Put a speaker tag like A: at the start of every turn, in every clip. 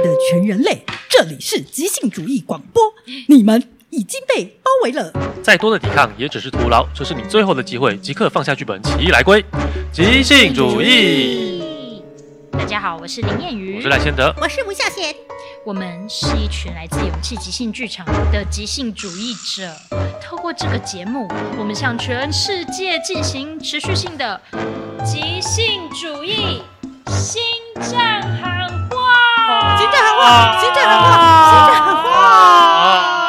A: 的全人类，这里是即兴主义广播，你们已经被包围了。
B: 再多的抵抗也只是徒劳，这是你最后的机会，即刻放下剧本，起义来归，即兴主义。。
C: 大家好，我是林燕瑜，
B: 我是赖先德，
A: 我是吴孝贤，
C: 我们是一群来自勇气即兴剧场的即兴主义者。透过这个节目，我们向全世界进行持续性的即兴主义新战喊话。
A: 行政喊话，行政喊话，行政喊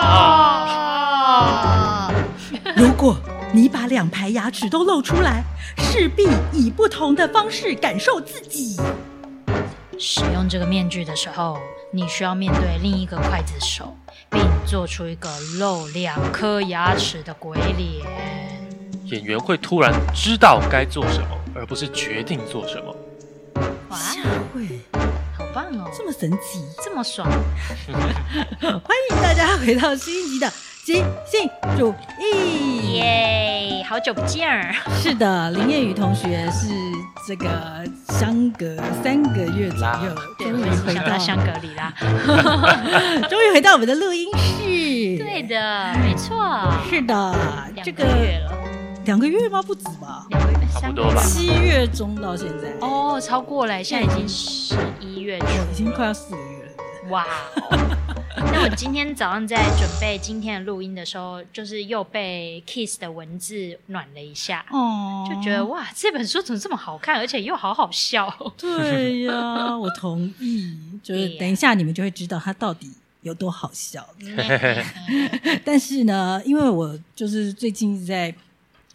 A: 啊
B: 啊
A: 话。如果你把两排牙齿都露出来，势必以不同的方式感受自己。
C: 使用这个面具的时候，你需要面对另一个刽子手，并做出一个露两颗牙齿的鬼脸。
B: 演员会突然知道该做什么，而不是决定做什么。
C: 哇，
A: 会
C: 好棒哦！
A: 这么神奇？
C: 这么爽，
A: 欢迎大家回到新一集的即兴主义。
C: 耶！好久不见儿，
D: 是的，林燕宇同学是这个相隔三个月左右，
C: 对，
D: 终
C: 我
D: 于
C: 已
D: 回
C: 经想
D: 到
C: 到香格里拉。
A: 终于回到我们的录音室。
C: 对，的，没错，
A: 是的，
C: 两
A: 这
C: 个月
A: 个
C: 了，
A: 两个月吗？不止吧？
C: 两个月，
B: 差不
C: 三个
B: 多吧
C: 月
D: 七月中到现在，哦，
C: 哦，超过了，现在已经十一月初了，
D: 已经快要四个月了。
C: 哇哦！那我今天早上在准备今天的录音的时候，就是又被 Kiss 的文字暖了一下，
D: 哦
C: 就觉得哇，这本书怎么这么好看，而且又好好笑。
D: 对呀、 我同意。就是等一下你们就会知道它到底有多好笑。但是呢，因为我就是最近一直在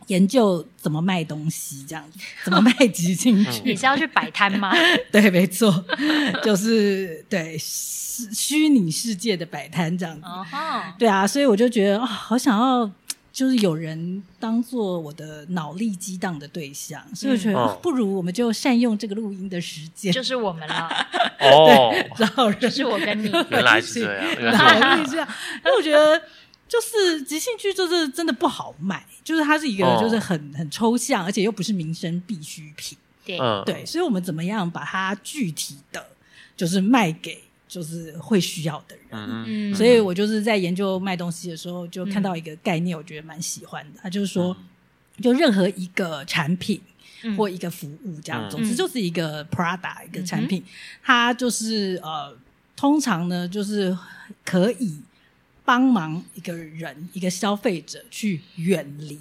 D: 研究怎么卖东西，这样子，怎么卖即兴
B: 嗯
D: 剧。
C: 你是要去摆摊吗？
D: 对，没错，就是对虚虚拟世界的摆摊这样子。
C: 哦吼，
D: 对啊，所以我就觉得啊、好想要。就是有人当做我的脑力激荡的对象，所以我觉得、
B: 嗯
D: 啊不如我们就善用这个录音的时间，
C: 就是我们了，
D: 嗯
B: 哦，
D: 找人
C: 就是我跟你。
B: 原来是这样，原来是这样
D: 脑力激 荡。因为我觉得就是即兴剧，就是真的不好卖，就是它是一个
B: 哦
D: 就是很很抽象，而且又不是民生必需品。
C: 对，
B: 嗯，
D: 对，所以我们怎么样把它具体的就是卖给就是会需要的人？
B: 嗯，嗯，嗯
D: 所以我就是在研究卖东西的时候，就看到一个概念，我觉得蛮喜欢的。它就是说，就任何一个产品
C: 嗯
D: 或一个服务，这样，
B: 嗯
D: 总之就是一个 Prada 一个产品，它就是呃，通常呢就是可以帮忙一个人一个消费者去远离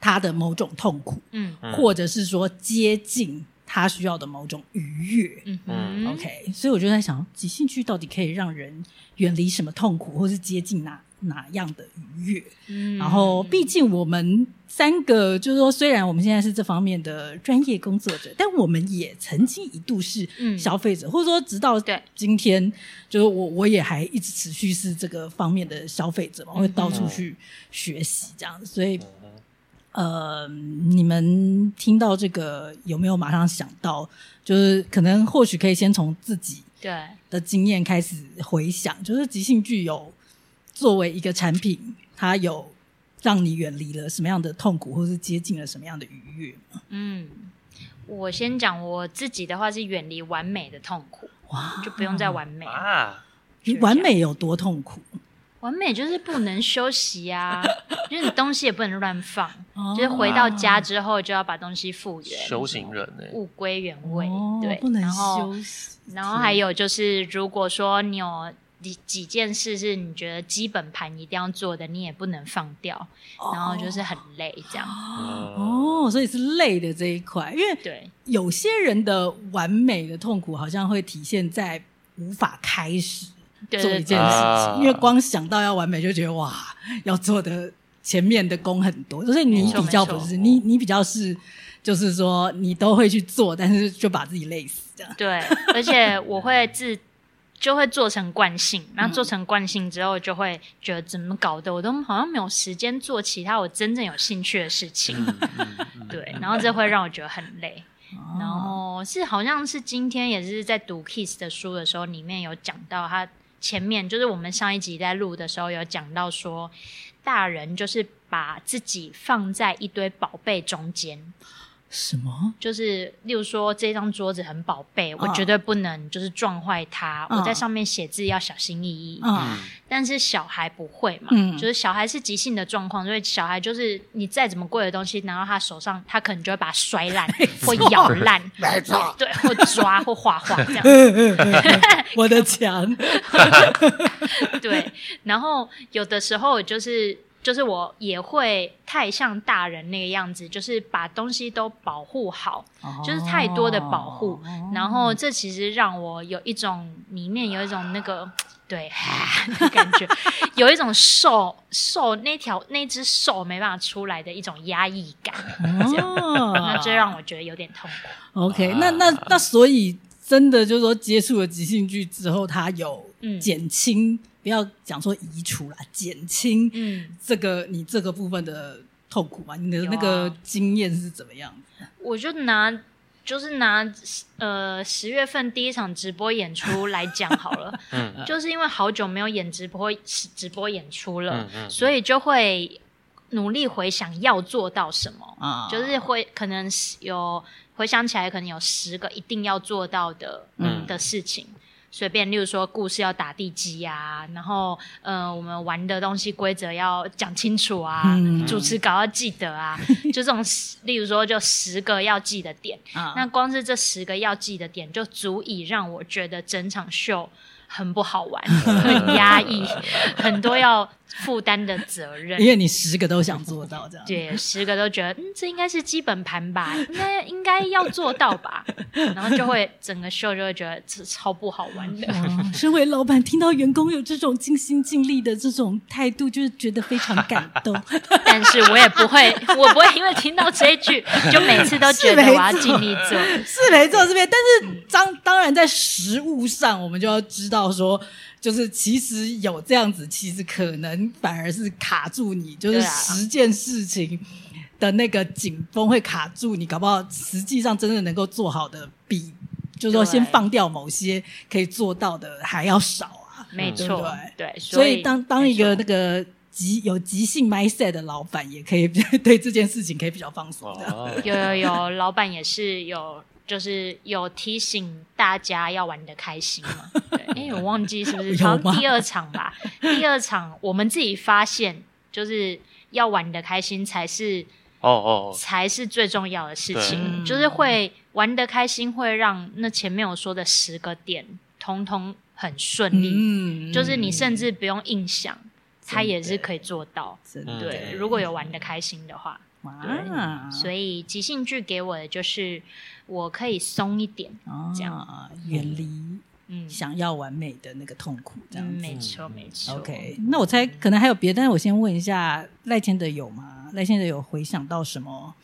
D: 他的某种痛苦，
C: 嗯
B: 嗯
D: 或者是说接近他需要的某种愉悦。
C: 嗯嗯
D: OK，所以我就在想，即兴剧到底可以让人远离什么痛苦，或是接近哪哪样的愉悦？
C: 嗯
D: 然后，毕竟我们三个，就是说，虽然我们现在是这方面的专业工作者，但我们也曾经一度是
C: 嗯
D: 消费者，或者说直到
C: 对
D: 今天，就是我我也还一直持续是这个方面的消费者嘛，会到处
B: 嗯
D: 去学习这样子，所以。呃，你们听到这个有没有马上想到？就是可能或许可以先从自己
C: 对，
D: 的经验开始回想，就是即兴剧有作为一个产品，它有让你远离了什么样的痛苦，或是接近了什么样的愉悦吗？
C: 嗯，我先讲我自己的话是远离完美的痛苦，
D: 哇，
C: 就不用再完美了。
B: 啊，
D: 你完美有多痛苦？
C: 完美就是不能休 息啊，就是你东西也不能乱放，
D: 哦
C: 就是回到家之后就要把东西复原，
B: 修行人欸呢？
C: 物归原位。
D: 哦
C: 对，
D: 不能
C: 然后
D: 休息。
C: 然后还有就是，如果说你有几几件事是你觉得基本盘一定要做的，你也不能放掉，然后就是很累这样。
B: 哦，
D: 哦哦，所以是累的这一块，因为
C: 对，
D: 有些人的完美的痛苦好像会体现在无法开始
C: 对
D: 做
C: 对
D: 一
C: 对
D: 件事情，
B: 啊
D: 因为光想到要完美就觉得哇，要做的前面的功很多，所以你
C: 没错
D: 比较
C: 没错
D: 不是你你比较是，就是说你都会去做，但是就把自己累死这样。
C: 对，而且我会自就会做成惯性，那做成惯性之后，就会觉得怎么搞的，我都好像没有时间做其他我真正有兴趣的事情。
B: 嗯嗯嗯
C: 对，然后这会让我觉得很累。然
D: 哦
C: 后是好像是今天也是在读 Kiss 的书的时候，里面有讲到他前面就是我们上一集在录的时候有讲到说，大人就是把自己放在一堆宝贝中间，
D: 什么？
C: 就是例如说这张桌子很宝贝，我
D: 嗯
C: 绝对不能就是撞坏它，
D: 嗯
C: 我在上面写字要小心翼翼。
D: 啊
B: 嗯，
C: 但是小孩不会嘛，
D: 嗯
C: 就是小孩是急性的状况，所以小孩就是你再怎么贵的东西拿到他手上，他可能就会把它摔烂或咬烂，没错，对，或抓或画画这样。
D: 嗯嗯嗯嗯我的墙，
C: 对，然后有的时候就是就是我也会太像大人那个样子，就是把东西都保护好， 就是太多的保护
D: 哦
C: 然后这其实让我有一种里面有一种那个对 的感 觉，有一种兽兽那条那只兽没办法出来的一种压抑感，
D: 哦，
C: 那这让我觉得有点痛 苦。
D: OK，那那那所以真的就是说接触了即兴剧之后，它有
C: 嗯
D: 减轻，不要讲说移除啦，减轻
C: 嗯，
D: 这个你这个部分的痛苦嘛？你的
C: 有啊
D: 那个经验是怎么样的？
C: 我就拿。就是拿呃十月份第一场直播演出来讲好了，
B: 嗯
C: 就是因为好久没有演直播直播演出了
B: 嗯，嗯
C: 所以就会努力回想要做到什么，
D: 啊，
C: 就是会可能是有回想起来，可能有十个一定要做到的、
B: 嗯
C: 的事情。随便，例如说故事要打地基啊，然后呃，我们玩的东西规则要讲清楚啊，
D: 嗯
C: 主持稿要记 得啊，就这种十，例如说就十个要记的点，
D: 啊
C: 那光是这十个要记的点，就足以让我觉得整场秀很不好 玩，很压抑，很多要负担的责任
D: 因。为你十个都想做到这样，
C: 对，十个都觉得，嗯，这应该是基本盘吧，应该应该要做到吧，然后 就会整个秀就会觉得这超不好玩的。
D: 哇，身为老板，听到员工有这种尽心尽力的这种态度，就是觉得非常感动。
C: 但是我也不会，我不会因为听到这一句，就每次都觉得我要尽力做。
D: 是没错，这边，但是当当然在实物上，我们就要知道说，就是其实有这样子，其实可能反而是卡住你，就是
C: 对啊
D: 十件事情的那个紧绷会卡住你，搞不好实际上真的能够做好的比，就是说
C: 对
D: 先放掉某些可以做到的还要少啊。
C: 没错，对，
D: 所以当当一个那
C: 没错
D: 个急有急性 mindset 的老板，也可以 对这件事情可以比较放松的。
B: 哦，
C: 有有有，老板也是有，就是有提醒大家要玩的开心嘛。对，因为我忘记是不
D: 有
C: 是
D: 吗
C: 好像第二场吧？第二场我们自己发现，就是要玩的开心才是
B: 哦哦，
C: 才是最重要的事情，
D: 对
C: 就是会玩的开心，会让那前面我说的十个点通通很顺利，
D: 嗯
C: 就是你甚至不用硬想，它也是
D: 真的
C: 可以做到。
D: 真的
C: 对，如果有玩的开心的话。
D: 哇，
C: 所以即兴剧给我的就是我可以松一点，这样
D: 啊，远离
C: 嗯，
D: 想要完美的那个痛苦，这样
C: 嗯
D: 子。
C: 没错没错
D: OK，那我猜可能还有别的，但是我先问一下赖千德有吗？赖千德有回想到什么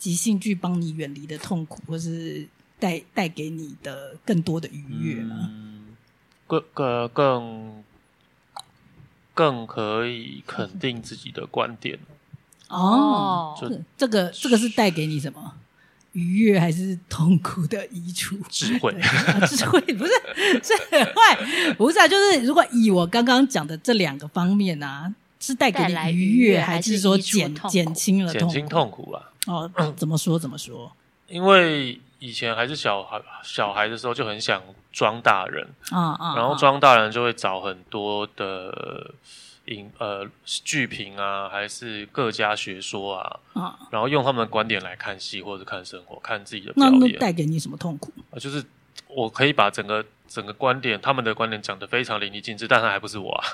D: 即兴剧帮你远离的痛苦，或是带带给你的更多的愉悦吗？
B: 嗯，更更更更可以肯定自己的观 点，
D: 哦，
B: 就
D: 这 个这个这个是带给你什么愉悦，还是痛苦的移除？
B: 智慧
D: 对啊智慧不是这很坏，不是啊，就是如果以我刚刚讲的这两个方面啊，是带给
C: 带来
D: 你
C: 愉
D: 愉
C: 悦
D: 悦，
C: 还
D: 还
C: 是
D: 是说
C: 移除
D: 减
C: 痛苦
D: 减轻了
B: 减
D: 痛
B: 轻嗯
D: 苦？
B: 痛苦啦。
D: 哦，怎么说怎么说
B: 因为以前还是小孩小孩的时候，就很想装大人，
D: 啊啊！
B: 然后
D: 啊
B: 装大人就会找很多的影呃剧评啊，还是各家学说啊，
D: 啊，
B: 然后用他们的观点来看戏或者看生活，看自己的表
D: 那那
B: 演，
D: 带给你什么痛苦？
B: 呃就是我可以把整个整个观点，他们的观点讲得非常淋漓尽致，但他还不是我啊，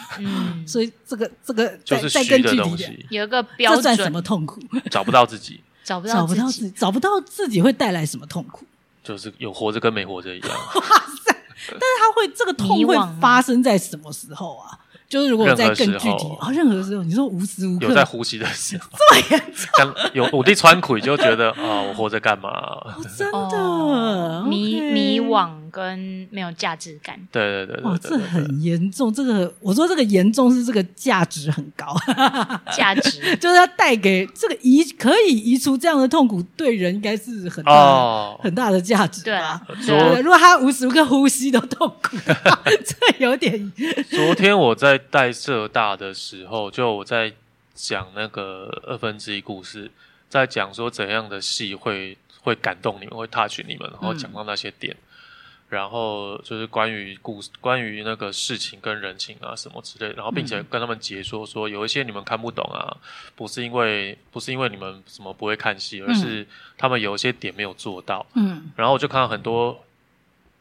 C: 嗯，
D: 所以这个这个
B: 就
D: 再
B: 是
D: 再
B: 虚
D: 更
B: 的
D: 具体
B: 东
D: 一点，
B: 西，
C: 有一个标
D: 这算什
C: 准，
D: 么痛苦？
B: 找不到自己，
C: 找不
D: 找不到
C: 自
D: 自己，找不到自己会带来什么痛苦？
B: 就是有活着跟没活着一 样，
D: 但是他会这个痛
C: 迷
D: 会
C: 惘吗
D: 发生在什么时候啊？就是如果我再更具
B: 任何时
D: 体
B: 候
D: 啊，任何时候，你说无时无
B: 有在
D: 刻
B: 呼吸的时候，这么严重，有我弟穿苦就觉得啊，我活着干嘛？
D: 哦，真
C: 哦
D: 的
C: 迷
D: OK
C: 迷惘跟没有价值感，
B: 对对对
D: 哇，
B: 对
D: 这
B: 对对对，
D: 很严重。这个我说这个严重是这个价值很高，
C: 价值
D: 就是要带给这个移可以移除这样的痛苦，对人应该是很大的、
B: 哦，
D: 很大的价值
C: 对
D: 吧。
C: 对
B: 说
D: 如果他无时无刻呼吸都痛苦的话，这有点
B: 昨天我在带社大的时候，就我在讲那个二分之一故事，在讲说怎样的戏会会感动你们，会 touch 你们，然后讲到那些点，然后就是关于故事、关于那个事情跟人情啊什么之类的，然后并且跟他们解说说有一些你们看不懂啊，不是因为不是因为你们什么不会看戏，而是他们有一些点没有做到。
D: 嗯，
B: 然后我就看到很多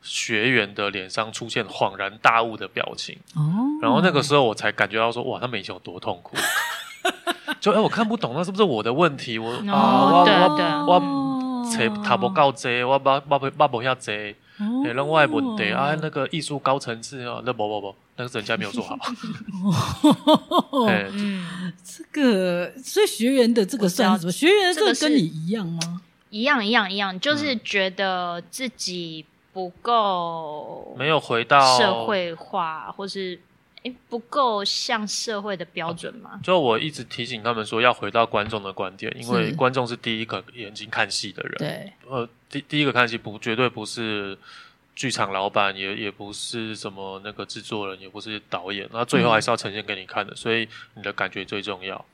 B: 学员的脸上出现恍然大悟的表情，
D: 哦，
B: 然后那
C: 嗯
B: 个时候我才感觉到说，哇，他们以前有多痛苦。 就哎、我看不懂，那是不是我的问题？我、
C: 哦对
B: 啊，我
C: 对
B: 我我切塔不告这，我把把不把不下这，
D: 哦
B: 哎，另外问题啊，
C: 哦
B: 那个艺术高层次啊，那不不不，那是人家没有做好。
C: 哦
B: 哎、
C: 嗯，
D: 哦这个，所以学员的这个算什么？学员的这个跟你一样吗？
C: 一样一样一样，就是
B: 嗯
C: 觉得自己不够
B: 没有回到
C: 社。会化，或是诶不够像社会的标准 吗？
B: 就我一直提醒他们说，要回到观众的观点，因为
D: 是
B: 观众是第一个眼睛看戏的人。
D: 对，
B: 呃，第第一个看戏不绝对不是剧场老板，也也不是什么那个制作人，也不是导演，那最后还是要呈现给你看的，所以你的感觉最重要。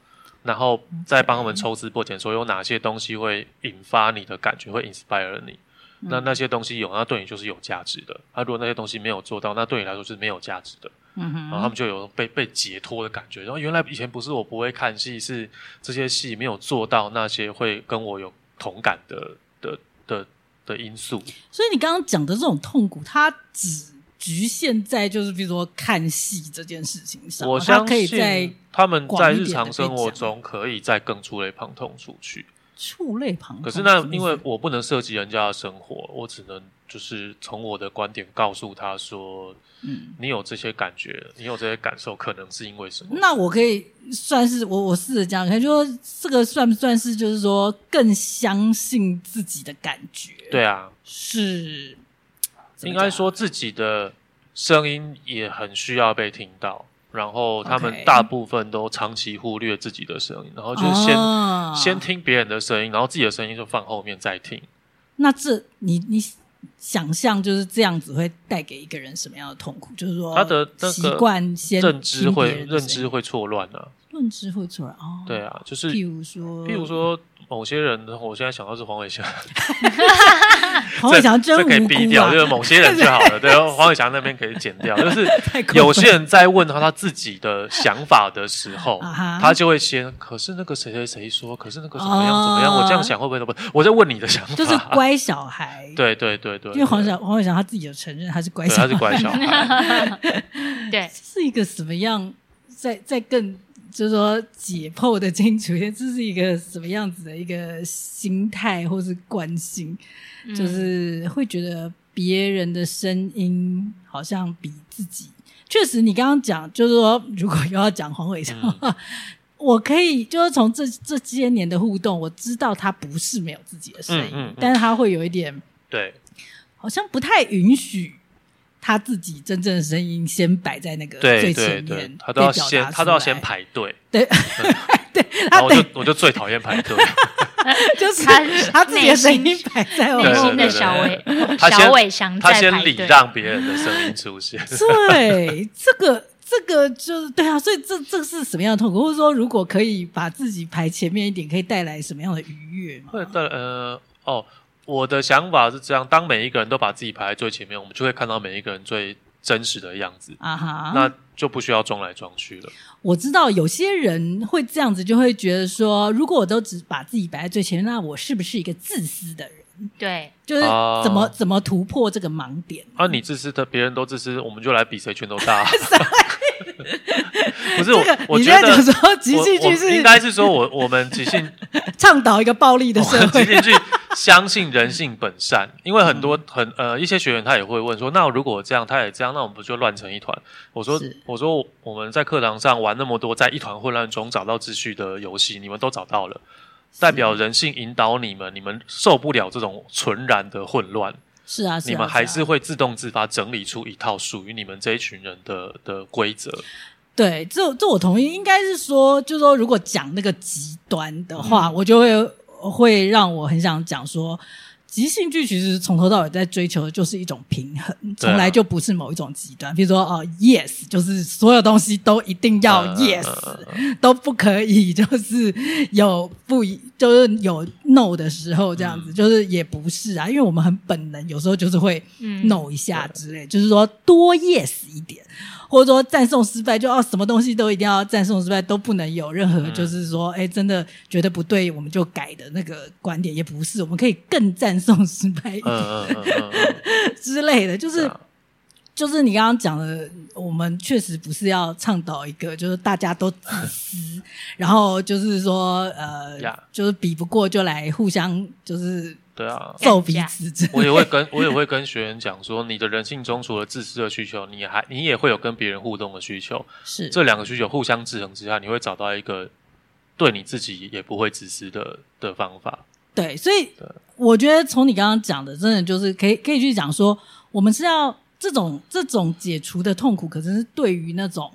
B: 然后再帮他们抽丝剥茧，说有哪些东西会引发你的感觉，会 inspire 你。那那些东西有，那对你就是有价值的。那、如果那些东西没有做到，那对你来说是没有价值的。
D: 嗯
B: 然后他们就有被被解脱的感觉。然后原来以前不是我不会看戏，是这些戏没有做到那些会跟我有同感的的的的因素。
D: 所以你刚刚讲的这种痛苦，它只局限在就是比如说看戏这件事情上，
B: 我
D: 它
B: 相
D: 哦可以在
B: 信他们在
D: 广一
B: 日
D: 点
B: 常
D: 地
B: 生
D: 被
B: 活
D: 讲
B: 中可以再更触类旁通出去。
D: 触类旁通。
B: 可是那
D: 哦什么意思
B: 因为我不能涉及人家的生活，我只能就是从我的观点告诉他说，
D: 嗯，
B: 你有这些感觉，你有这些感受，可能是因为什么？
D: 那我可以算是我我试着讲，可能就说这个算不算是就是说更相信自己的感觉？，
B: 对啊，
D: 是怎
B: 应
D: 么讲
B: 该
D: 啊
B: 说自己的声音也很需要被听到，然后他们
D: OK
B: 大部分都长期忽略自己的声音，然后就是先、
D: 啊
B: 先听别人的声音，然后自己的声音就放后面再听。
D: 那这你你想象就是这样子会带给一个人什么样的痛苦？就是说
B: 他的那个
D: 习惯先
B: 认知
D: 听别
B: 会
D: 人的
B: 认
D: 声
B: 知
D: 音
B: 会错乱啊，
D: 认知会出来哦。
B: 对，啊，就是
D: 譬如说，
B: 譬如说某些人，我现在想到是黄伟翔，
D: 黄伟翔真
B: 这
D: 无
B: 可以逼
D: 辜
B: 掉，
D: 啊
B: 就是，某些人就好了，对， 黄伟翔那边可以剪掉，就是
D: 太过分
B: 有些人在问他他自己的想法的时候
D: 啊哈，
B: 他就会先，可是那个谁谁谁说，可是那个怎么样
D: 哦
B: 怎么样，我这样想会不会怎么？我在问你的想法，
D: 就是乖小孩。，
B: 对对对对，
D: 因为黄
B: 对
D: 小黄伟翔他自己有承认他是乖
B: 对
D: 小
B: 他
D: 孩，
B: 是乖 小孩，
C: 对，
D: 这是一个什么样？在在更就是说解剖的清楚一点，这是一个什么样子的一个心态或是惯性？
C: 嗯
D: 就是会觉得别人的声音好像比自己。确实，你刚刚讲，就是说，如果又要讲黄伟翔，
B: 嗯
D: 我可以就是从这这些年的互动，我知道他不是没有自己的声音，
B: 嗯嗯嗯
D: 但是他会有一点
B: 对
D: 好像不太允许他自己真正的声音先摆在那个
B: 对
D: 最
B: 对
D: 前
B: 对
D: 面，，
B: 他都要
D: 被表达
B: 先
D: 出
B: 他都要
D: 来
B: 先，排队，
D: 对 对，
B: 然
D: 他
B: 后我
D: 等
B: 就我就最讨厌排 队，
D: 就是
C: 他
D: 他自己的声
C: 内
D: 音
C: 心
D: 摆在我
B: 对
D: 面
C: 内
B: 对
C: 心的
B: 对
C: 小伟
B: 他
C: 小
B: 先
C: 伟翔
B: 他
C: 在
B: 先
C: 排
B: 礼
C: 队，
B: 让别人的声音出现。
D: 对，这个这个就是对啊，所以这这是什么样的痛苦？或者说，如果可以把自己排前面一点，可以带来什么样的愉悦吗？
B: 会的，呃，哦，我的想法是这样：当每一个人都把自己排在最前面，我们就会看到每一个人最真实的样子，
D: 啊哈，
B: 那就不需要装来装去了。
D: 我知道有些人会这样子，就会觉得说，如果我都只把自己摆在最前面，那我是不是一个自私的人？
C: 对，
D: 就是
B: 哦
D: 怎么、怎么突破这个盲点？
B: 啊，你自私的，别人都自私，我们就来比谁拳头 大。 不是我
D: 这，个
B: 我
D: 你
B: 觉
D: 现在
B: 得
D: 讲说即
B: 我
D: 兴
B: 我
D: 剧是
B: 应该是说我我们即兴
D: 倡导一个暴力的
B: 我
D: 社
B: 们即
D: 会，嗯
B: 兴剧相信人性本善，因为很多很呃一些学员他也会问说，那如果这样他也这样，那我们不就乱成一团？我说
D: 是
B: 我说我我们在课堂上玩那么多，在一团混乱中找到秩序的游戏，你们都找到了，代表人性引导你们，你们受不了这种纯然的混乱，
D: 是啊，是啊
B: 你们还
D: 啊
B: 是会自动自发整理出一套属于你们这一群人的的规则。
D: 对，这这我同意，应该是说，就是说，
B: 嗯
D: 如果讲那个极端的话，我就会会让我很想讲说，即兴剧其实从头到尾在追求的就是一种平衡，
B: 对啊
D: 从来就不是某一种极端。比如说哦，yes，就是所有东西都一定要
B: 嗯
D: yes，、
B: 嗯
D: 都不可以，就是有不一，就是有 no 的时候，这样
B: 嗯
D: 子、就是也不是啊，因为我们很本能，有时候就是会
C: 嗯
D: no 一下之类，就是说多 yes 一点，或者说赞颂失败，就哦什么东西都一定要赞颂失败，都不能有任何
B: 嗯
D: 就是说，哎、真的觉得不对我们就改的那个观点也不是，我们可以更赞颂失败一点
B: 嗯嗯嗯嗯，
D: 之类的， 就是
B: 对啊
D: 就是你刚刚讲的，我们确实不是要倡导一个就是大家都自 私，然后就是说呃
B: Yeah
D: 就是比不过就来互相就是
B: 对啊。
D: 揍彼此之类的
B: 我也会跟 我也会跟学员讲说，你的人性中除了自私的需求，你还你也会有跟别人互动的需求。
D: 是
B: 这两个需求互相制衡之下，你会找到一个对你自己也不会自私的的方法。
D: 对，所以
B: 对
D: 我觉得从你刚刚讲的，真的就是可以可以去讲说，我们是要这种这种解除的痛苦，可是是对于那种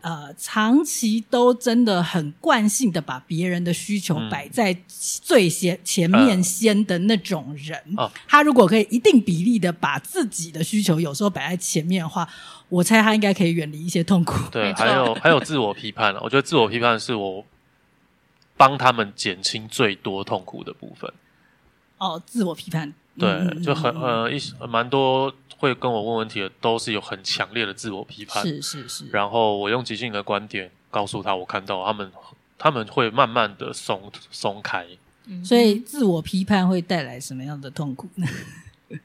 D: 呃长期都真的很惯性的把别人的需求
B: 嗯
D: 摆在最先前面
B: 嗯
D: 先的那种人，
B: 哦
D: 他如果可以一定比例的把自己的需求有时候摆在前面的话，我猜他应该可以远离一些痛苦。
B: 对，
C: 没错
B: 还有还有自我批判啊了、我觉得自我批判是我帮他们减轻最多痛苦的部分。
D: 哦，自我批判，嗯
B: 对，
D: 嗯
B: 就很
D: 嗯
B: 呃一蛮多会跟我问问题的，都是有很强烈的自我批判。
D: 是是是，
B: 然后我用即兴的观点告诉他，我看到他们他们会慢慢的松松开。
C: 嗯
D: 所以自我批判会带来什么样的痛苦呢？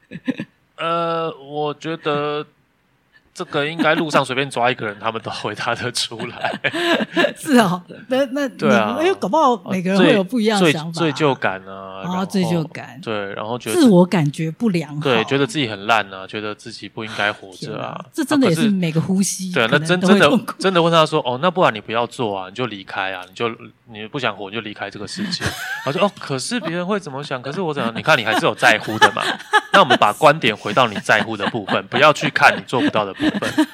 B: 呃，我觉得这个应该路上随便抓一个人，他们都回答得出来。
D: 是哦，那那你
B: 对啊
D: 因为搞不好 每个人会有不一样的
B: 罪
D: 想法，
B: 罪罪疚感啊，然后
D: 罪疚感
B: 对，然后觉得
D: 自我感觉不良好，
B: 对，觉得自己很烂啊，觉得自己不应该活
D: 天
B: 着啊
D: 哪，这真的
B: 啊
D: 也
B: 可是
D: 是每个呼吸
B: 对啊，
D: 可
B: 那
D: 能
B: 真
D: 都
B: 真
D: 会
B: 的
D: 痛苦，
B: 真的问他说，哦，那不然你不要做啊，你就离开啊，你就你不想活你就离开这个世界。我说哦，可是别人会怎么想？可是我怎样？你看你还是有在乎的嘛。那我们把观点回到你在乎的部分，不要去看你做不到的部分。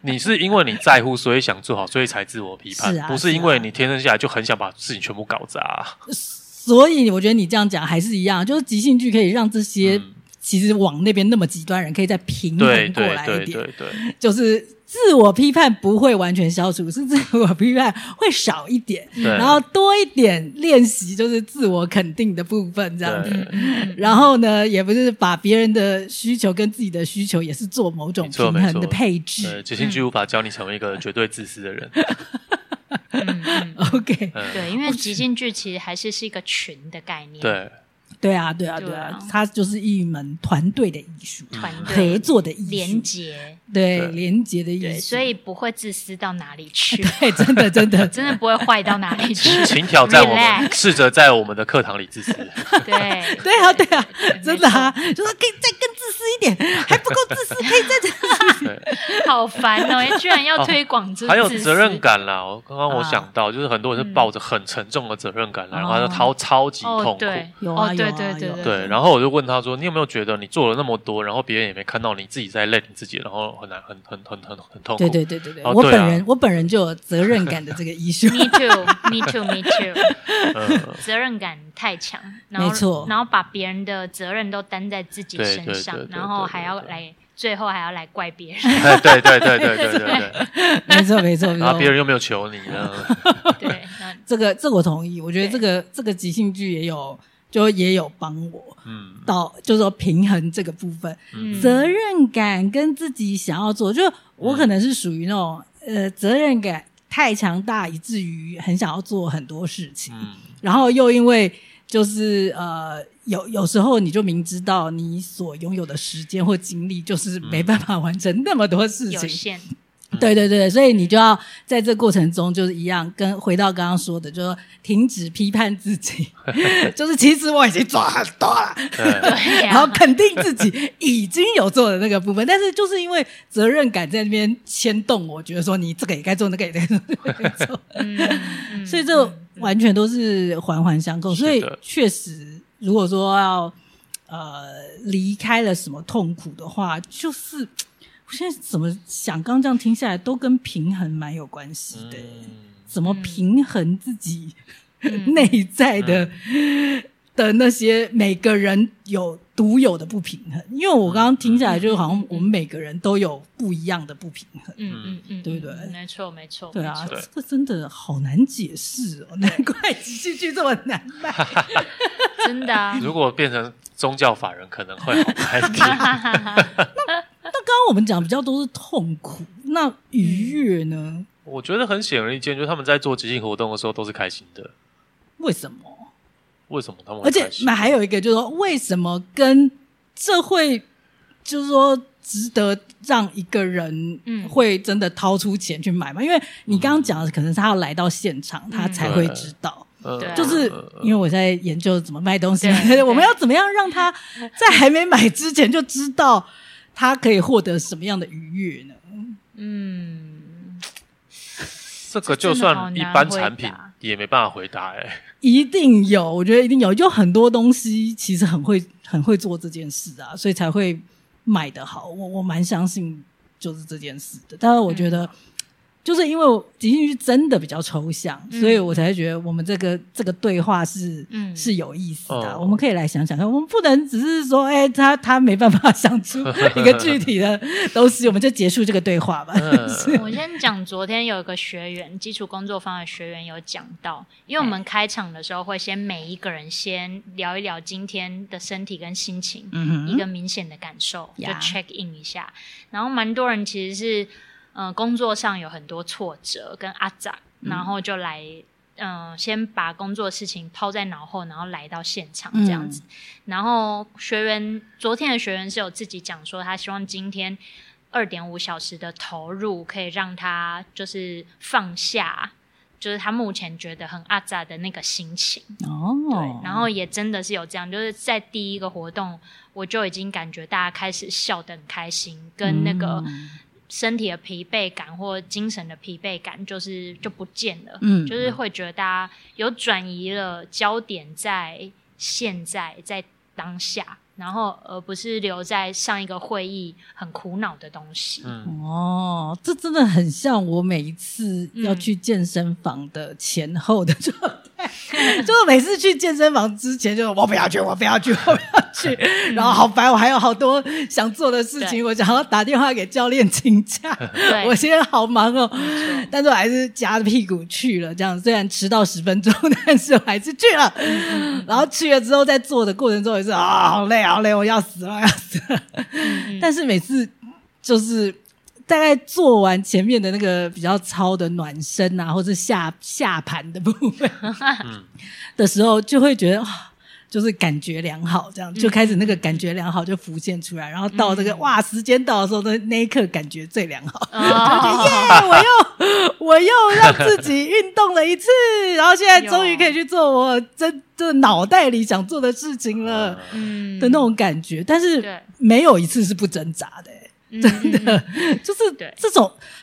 B: 你是因为你在乎，所以想做好，所以才自我批判，
D: 是啊
B: 不
D: 是
B: 是
D: 啊
B: 因为你天生下来就很想把事情全部搞砸啊、
D: 所以我觉得你这样讲还是一样，就是即兴剧可以让这些
B: 嗯
D: 其实往那边那么极端人可以再平
B: 对
D: 衡过
B: 对
D: 来
B: 对
D: 一
B: 对
D: 点，
B: 对，
D: 就是自我批判不会完全消除，是自我批判会少一点，
B: 对
D: 然后多一点练习，就是自我肯定的部分这样子
B: 对。
C: 嗯嗯嗯
D: 然后呢，也不是把别人的需求跟自己的需求也是做某种
B: 没
D: 平
B: 错没
D: 衡
B: 错
D: 的配
B: 对，
D: 置。嗯
B: 即兴剧无法教你成为一个绝对自私的 人。
C: 嗯嗯
D: OK，
B: 嗯，
C: 对，因为即兴剧其实还是是一个群的概念，，
B: 对
D: 对啊，对啊，
C: 对
D: 对啊
C: 啊，
D: 它就是一门团队的艺术，
C: 团队
D: 合作的艺术，
C: 连结，
D: 对
B: 对
D: 连接的艺
C: 对，
D: 术，
C: 所以不会自私到哪里去，
D: 对，真的真的
C: 真的不会坏到哪 里去。
B: 请挑战我
C: Relax
B: 们，试着在我们的课堂里 自私。
C: 对，
D: 对啊，对啊，真的啊，
C: 没
D: 就说可以再更自私一点，还不够自私，可以再自私。
B: 对，
C: 错好烦哦！哎居然要推广这，
B: 还有责任。感啦。我刚刚我想到，就是很多人
C: 嗯
B: 是抱着很沉重的责任感来，然后他
D: 哦
B: 就超超级痛
C: 哦，
B: 苦。
C: 对，
D: 有啊
C: 哦，
D: 有
C: 对
D: 啊
C: 对对，
D: 有啊
B: 对，然后我就问他说：“你有没有觉得你做了那么多，然后别人也没看到你自己在累你自己，然后很难很很很很很痛苦？”
D: 对对对对对，
B: 哦
D: 我
B: 对
D: 本
B: 啊
D: 人我本人就有责任感的这个艺术
C: Me too, me too, me too。
B: 嗯，
C: 责任感太强，然后
D: 没错
C: 然后把别人的责任都担在自己身上
B: 对对对，对
C: 然后还要
B: 对对
C: 来，最后还要来怪 别人。
B: 哎对对对对对对对，
D: 没错没错没
B: 然
D: 错
B: 后。啊别人又没有求你呢，
C: 对，
B: 嗯
C: 那
D: 这个这我同意，我觉得
C: 对
D: 这个这个即兴剧也有就也有帮我，
B: 嗯，
D: 到就是说平衡这个部分，
C: 嗯
D: 责任感跟自己想要做，就我可能是属于那种呃责任感太强大，以至于很想要做很多事情，
B: 嗯
D: 然后又因为就是呃有有时候你就明知道你所拥有的时间或精力就是没办法完成那么多事
C: 有
D: 情，
C: 限，
D: 对对对，所以你就要在这过程中，就是一样跟回到刚刚说的，就是停止批判自 己，就是其实我已经做很多了，
B: 嗯对，
C: 对啊呀
D: 然后肯定自己已经有做的那个部分，但是就是因为责任感在那边牵动，我觉得说你这个也该做，那个也该做，那个也该做
C: 嗯 嗯
D: 所以这完全都是环环相扣。
B: 是
D: 所
B: 的
D: 以确实，如果说要呃离开了什么痛苦的话，就是我现在怎么想，刚这样听下来都跟平衡蛮有关系的。
B: 嗯
D: 怎么平衡自己
C: 嗯
D: 内在的的那些每个人有独有的不平衡，因为我刚刚听下来，就好像我们每个人都有不一样的不平衡。
C: 嗯嗯嗯，
D: 对不对
C: 没错没错，
D: 对啊
C: 嗯没错
D: 这
B: 对，
D: 真的好难解释哦，难怪即兴剧这么难卖。
C: 真的啊，
B: 如果变成宗教法人，可能会好卖一点。
D: 那 刚刚我们讲比较多是痛苦，那愉悦呢？
C: 嗯
B: 我觉得很显而易见，就是他们在做即兴活动的时候都是开心的。
D: 为什么？
B: 为什么他们会
D: 而且
B: 开心？
D: 那还有一个就是说，为什么跟这会就是说值得让一个人
C: 嗯
D: 会真的掏出钱去买吗？因为你刚刚讲的可能是他要来到现场，他才会知道。
B: 呃
C: 对啊
D: 就是因为我在研究怎么卖东西，
C: 对啊
D: 我们要怎么样让他在还没买之前就知道他可以获得什么样的愉悦呢？
C: 嗯，
B: 这个就算一般产品也没办法回答、哎，
D: 一定有，我觉得一定有，就很多东西其实很会很会做这件事啊，所以才会卖得好。我我蛮相信就是这件事的，但是我觉得。
C: 嗯
D: 就是因为我即兴剧真的比较抽象，
C: 嗯
D: 所以我才觉得我们这个这个对话是、
C: 嗯
D: 是有意思的啊、
B: 哦
D: 我们可以来想想看，我们不能只是说，哎、他他没办法想出一个具体的东西，我们就结束这个对话吧。
B: 嗯
D: 是
C: 我先讲，昨天有一个学员，基础工作坊的学员有讲到，因为我们开场的时候会先每一个人先聊一聊今天的身体跟心情，
D: 嗯
C: 一个明显的感受，就
D: 呀
C: check in 一下。然后蛮多人其实是，呃，工作上有很多挫折跟阿杂，然后就来，嗯、先把工作事情抛在脑后，然后来到现场这样子。然后学员昨天的学员是有自己讲说，他希望今天二点五小时的投入可以让他就是放下。就是他目前觉得很阿杂的那个心情，
D: 哦
C: 对，，然后也真的是有这样，就是在第一个活动，我就已经感觉大家开始笑得很开心，跟那个
D: 嗯
C: 身体的疲惫感或精神的疲惫感，就是就不见了。
D: 嗯
C: 就是会觉得大家有转移了焦点在现在，在当下，然后而不是留在上一个会议很苦恼的东西。
B: 嗯，
D: 哦，这真的很像我每一次要去健身房的前后的状 态，就是每次去健身房之前就我不要去，我不要去，我不要 去，然后好烦，我还有好多想做的事
C: 对
D: 情，我想要打电话给教练请假，
C: 对
D: 我现在好忙哦
C: 错，
D: 但是我还是夹着屁股去了，这样虽然迟到十分钟， 但是我还是去了。然后去了之后，在做的过程中也是啊，好累，好累，我要死了，我要死了。 但是每次就是大概做完前面的那个比较糙的暖身啊，或者下下盘的部分的时候，就会觉得。啊就是感觉良好，这样就开始那个感觉良好就浮现出来，然后到这个、哇时间到的时候，那那一刻感觉最良好，
C: 哦，
D: 耶！我又我又让自己运动了一 次，然后现在终于可以去做我真这脑袋里想做的事情了
B: 啊
C: 嗯
D: 的那哦种感觉。但
C: 对
D: 是没有一次是不挣扎的、 欸
C: 嗯嗯嗯
D: 就是
C: 对
D: 这种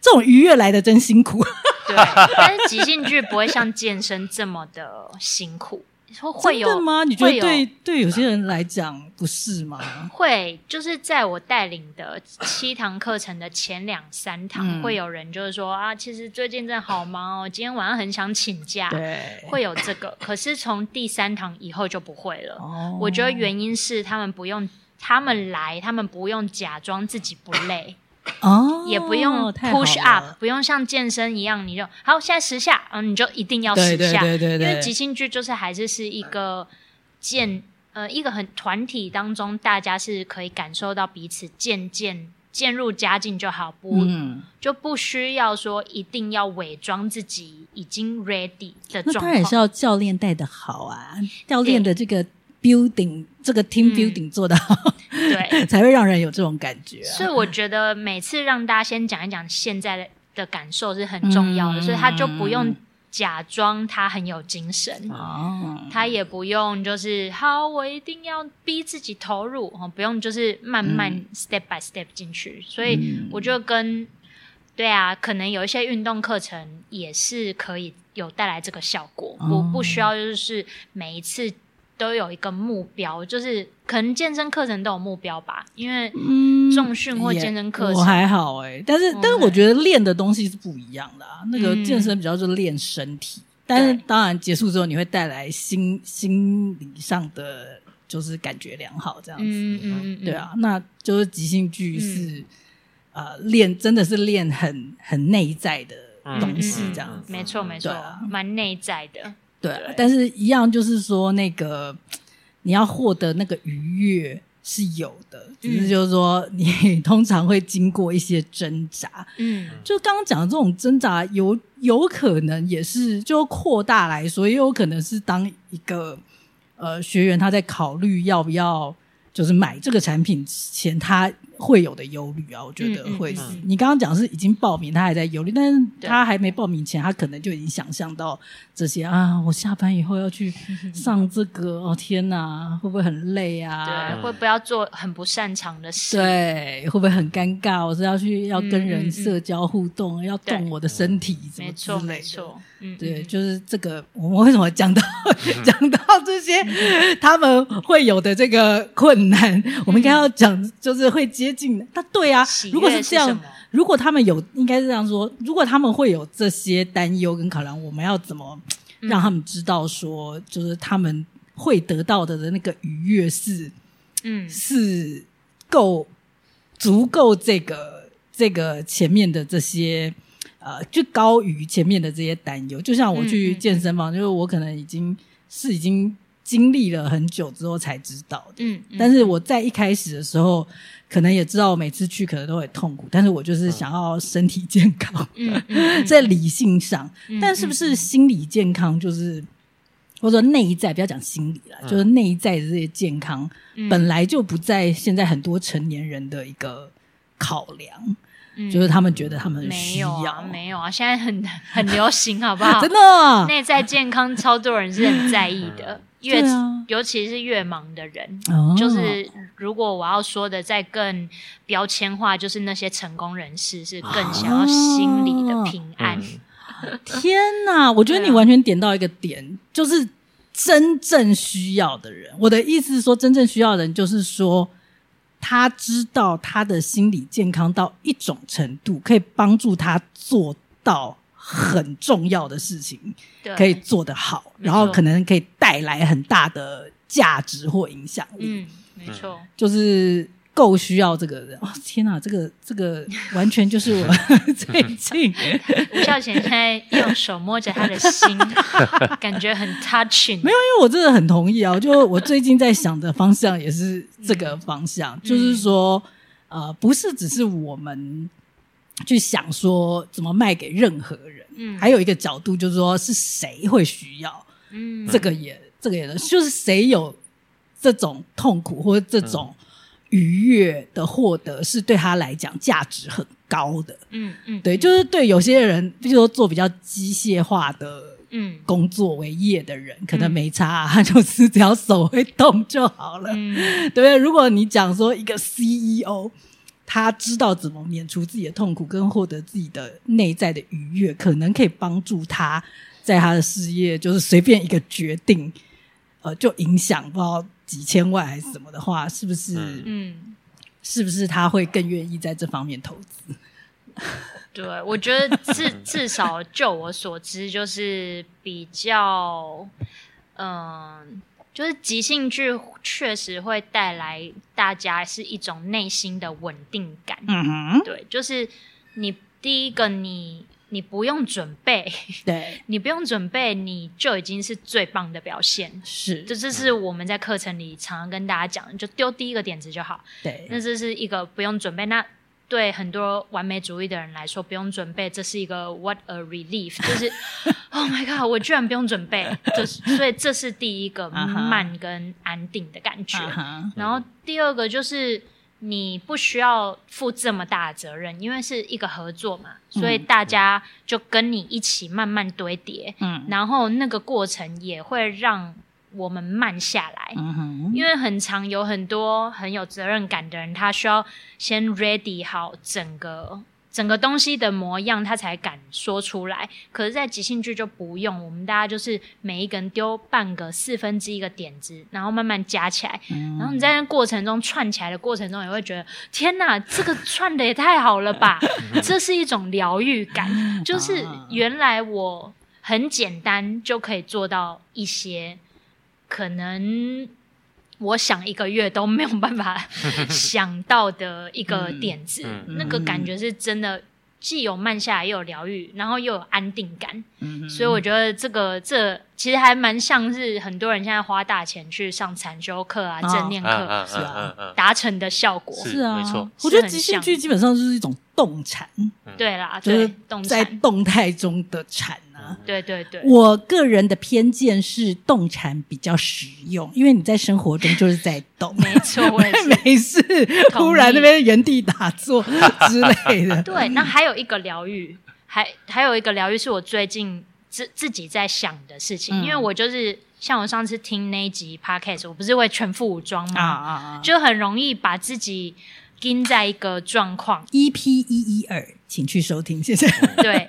D: 这种愉悦来的真辛苦。
C: 对，但是即兴剧不会像健身这么的辛苦，会 会
D: 真
C: 有
D: 的吗？你觉得
C: 会
D: 对
C: 有啊
D: 对有些人来讲不是吗？
C: 会就是在我带领的七堂课程的前两三堂，
D: 嗯
C: 会有人就是说啊，其实最近真的好忙哦，今天晚上很想请假，
D: 对，
C: 会有这个。可是从第三堂以后就不会了。
D: 哦
C: 我觉得原因是他们不用，他们来，他们不用假装自己不累。
D: 哦
C: 也不用
D: 太好
C: push
D: 了
C: up，不用像健身一样，你就好现在十下，嗯，你就一定要十下，
D: 对对对对对
C: 因为即兴剧就是还是是一个健呃一个很团体当中，大家是可以感受到彼此渐渐渐入佳境就好，不、
D: 嗯，
C: 就不需要说一定要伪装自己已经 ready 的
D: 那
C: 状
D: 当然是
C: 况。
D: 要教练带的好啊，教练的这个 building 这个 team
C: 嗯
D: building 做的好，
C: 对，
D: 才会让人有这种感觉、啊。
C: 所以我觉得每次让大家先讲一讲现在的的感受是很重要的，
D: 嗯
C: 所以他就不用假装他很有精神。
D: 哦，
C: 他也不用就是好，我一定要逼自己投入哦，不用就是慢
D: 嗯
C: 慢 step by step 进去。所以我就跟对啊，可能有一些运动课程也是可以有带来这个效果，
D: 哦
C: 我不需要就是每一次都有一个目标，就是可能健身课程都有目标吧，因为
D: 嗯
C: 重训或健身课
D: 也
C: 程
D: 我还好哎、但是、
C: 嗯
D: 但是我觉得练的东西是不一样的啊。那个
C: 嗯
D: 健身比较就是练身体，但是
C: 对
D: 当然结束之后，你会带来心心理上的就是感觉良好这样子。
C: 嗯嗯嗯，
D: 对，啊，嗯那就是即兴剧是、呃练真的是练很很内在的
C: 嗯
D: 东西这样子。
C: 没错没错
D: 对啊，
C: 蛮内在的，
D: 对啊，但是一样就是说那个你要获得那个愉悦。是有的，只是就是说，你 通常会经过一些挣扎，
C: 嗯
D: 就刚刚讲的这种挣扎有，有可能也是就扩大来说，也有可能是当一个呃学员他在考虑要不要就是买这个产品之前，他会有的忧虑啊，我觉得
C: 嗯嗯
D: 会是。
C: 嗯
D: 你刚刚讲是已经报名，他还在忧虑，但是
C: 对
D: 他还没报名前，他可能就已经想象到这些啊，我下班以后要去上这个，哦天哪，会不会很累啊？
C: 对，会不要做很不擅长的事，
D: 对，会不会很尴尬？我是要去要跟
C: 嗯嗯
D: 人
C: 嗯
D: 社交互动，要动我的身体，什么
C: 没
D: 之
C: 错
D: 类
C: 没
D: 的。
C: 错，嗯，
D: 对，
C: 嗯
D: 就是这个，我们为什么讲到讲到这些
C: 嗯
D: 他们会有的这个困难，我们应该要讲，就是会接近。那对啊
C: 喜，
D: 如果
C: 悦
D: 是
C: 是
D: 这
C: 什
D: 样
C: 么，
D: 如果他们有，应该是这样说，如果他们会有这些担忧跟考量，我们要怎么
C: 嗯
D: 让他们知道说，就是他们会得到的那个愉悦是
C: 嗯
D: 是够足够这个这个前面的这些呃，就高于前面的这些担忧。就像我去
C: 嗯嗯
D: 健身房，就是我可能已经是已经经历了很久之后才知道的。
C: 嗯，嗯
D: 但是我在一开始的时候，可能也知道我每次去可能都会痛苦，但是我就是想要身体健康，
C: 嗯 嗯嗯
D: 在理性上，
C: 嗯
D: 但是不是心理健康就是或者说内在，不要讲心理了，就是内在的这些健康，
C: 嗯
D: 本来就不在现在很多成年人的一个考量，
C: 嗯
D: 就是他们觉得他们
C: 没
D: 需
C: 有
D: 要，
C: 啊，没有啊，现在很很流行，好不 好？
D: 真的啊
C: 内在健康，超多人是很在意 的，越、
D: 对啊
C: 尤其是越忙的人。
D: 哦
C: 啊就是如果我要说的再更标签化，就是那些成功人士是更想要心理的平
D: 哦
C: 安。
B: 嗯
D: 天哪！我觉得
C: 对啊
D: 你完全点到一个点，就是真正需要的人。我的意思是说，真正需要的人就是说，他知道他的心理健康到一种程度，可以帮助他做到很重要的事情，
C: 对，
D: 可以做得好，
C: 没
D: 然
C: 错
D: 后可能可以带来很大的价值或影响力。
C: 嗯，没错，
D: 就是够需要这个人。哦，天哪，这个这个完全就是 我最近
C: 吴孝贤现在用手摸着他的 心，感觉很 touching。
D: 没有，因为我真的很同意啊。就我最近在想的方向也是
C: 嗯
D: 这个方向，就是说，呃，不是只是我们去想说怎么卖给任何人，
C: 嗯
D: 还有一个角度就是说是谁会需要，
C: 嗯，
D: 这个也这个也能，就是谁有这种痛苦或者这种愉悦的获得，是对他来讲价值很高的。
C: 嗯嗯，
D: 对，就是对有些人，比如说做比较机械化的
C: 嗯
D: 工作为业的人，可能没差、啊，他就是只要手会动就好了，
C: 嗯
D: 对不对？如果你讲说一个 CEO。他知道怎么免除自己的痛苦，跟获得自己的内在的愉悦，可能可以帮助他在他的事业，就是随便一个决定，呃，就影响不知道几千万还是什么的话，是不是？
B: 嗯
C: 嗯。
D: 是不是他会更愿意在这方面投资？
C: 对，我觉得至 至少就我所知，就是比较，嗯、就是即兴剧确实会带来大家是一种内心的稳定感。
D: 嗯哼，
C: 对，就是你第一个你你不用准备，
D: 对，
C: 你不用准备，你就已经是最棒的表现。
D: 是，
C: 这这是我们在课程里常常跟大家讲的，就丢第一个点子就好。
D: 对，
C: 那这是一个不用准备。那对很多完美主义的人来说，不用准备，这是一个 what a relief，就是 oh my god，我居然不用准备，就是所以这是第一个
D: 啊哈
C: 慢跟安定的感觉。
D: 啊哈，
C: 然后第二个就是你不需要负这么大的责任，因为是一个合作嘛，所以大家就跟你一起慢慢堆叠，
D: 嗯，
C: 然后那个过程也会让我们慢下来。
D: 嗯哼，
C: 因为很常有很多很有责任感的人，他需要先 ready 好整个整个东西的模样，他才敢说出来。可是，在即兴剧就不用，我们大家就是每一个人丢半个四分之一个点子，然后慢慢加起来。
D: 嗯
C: 然后你在那过程中串起来的过程中，也会觉得天哪，这个串的也
B: 嗯啊
C: 太好了吧！这是一种疗愈感，就是原来我。很简单就可以做到一些可能我想一个月都没有办 法想到的一个点子，
B: 嗯
C: 那个感觉是真的。既有慢下来，又有疗愈，然后又有安定感，
E: 嗯
C: 所以我觉得这个这其实还蛮像是很多人现在花大钱去上禅修课啊、
D: 哦
C: 正念
B: 啊啊
C: 课
B: 啊啊啊！
C: 达成的效果。
B: 是
D: 是啊，
B: 没错
D: 我觉得
C: 是很
D: 即兴
C: 像
D: 剧基本上就是一种动产，
C: 对啦，
D: 就是
C: 对，动
D: 在
C: 产，
D: 动态中的产啊。
C: 对对
B: 嗯
C: 对，
D: 我个人的偏见是动产比较实用，因为你在生活中就是在动，
C: 没错，我也是
D: 没事，突然那边原地打坐之类的。
C: 对，那还有一个疗愈，还还有一个疗愈是我最近自自己在想的事情，
E: 嗯
C: 因为我就是像我上次听那一集 podcast，我不是会全副武装
E: 啊
C: 吗？
E: 啊啊，
C: 就很容易把自己盯在一个状况，
D: EP E 一一二，请去收听，谢谢。
C: 对，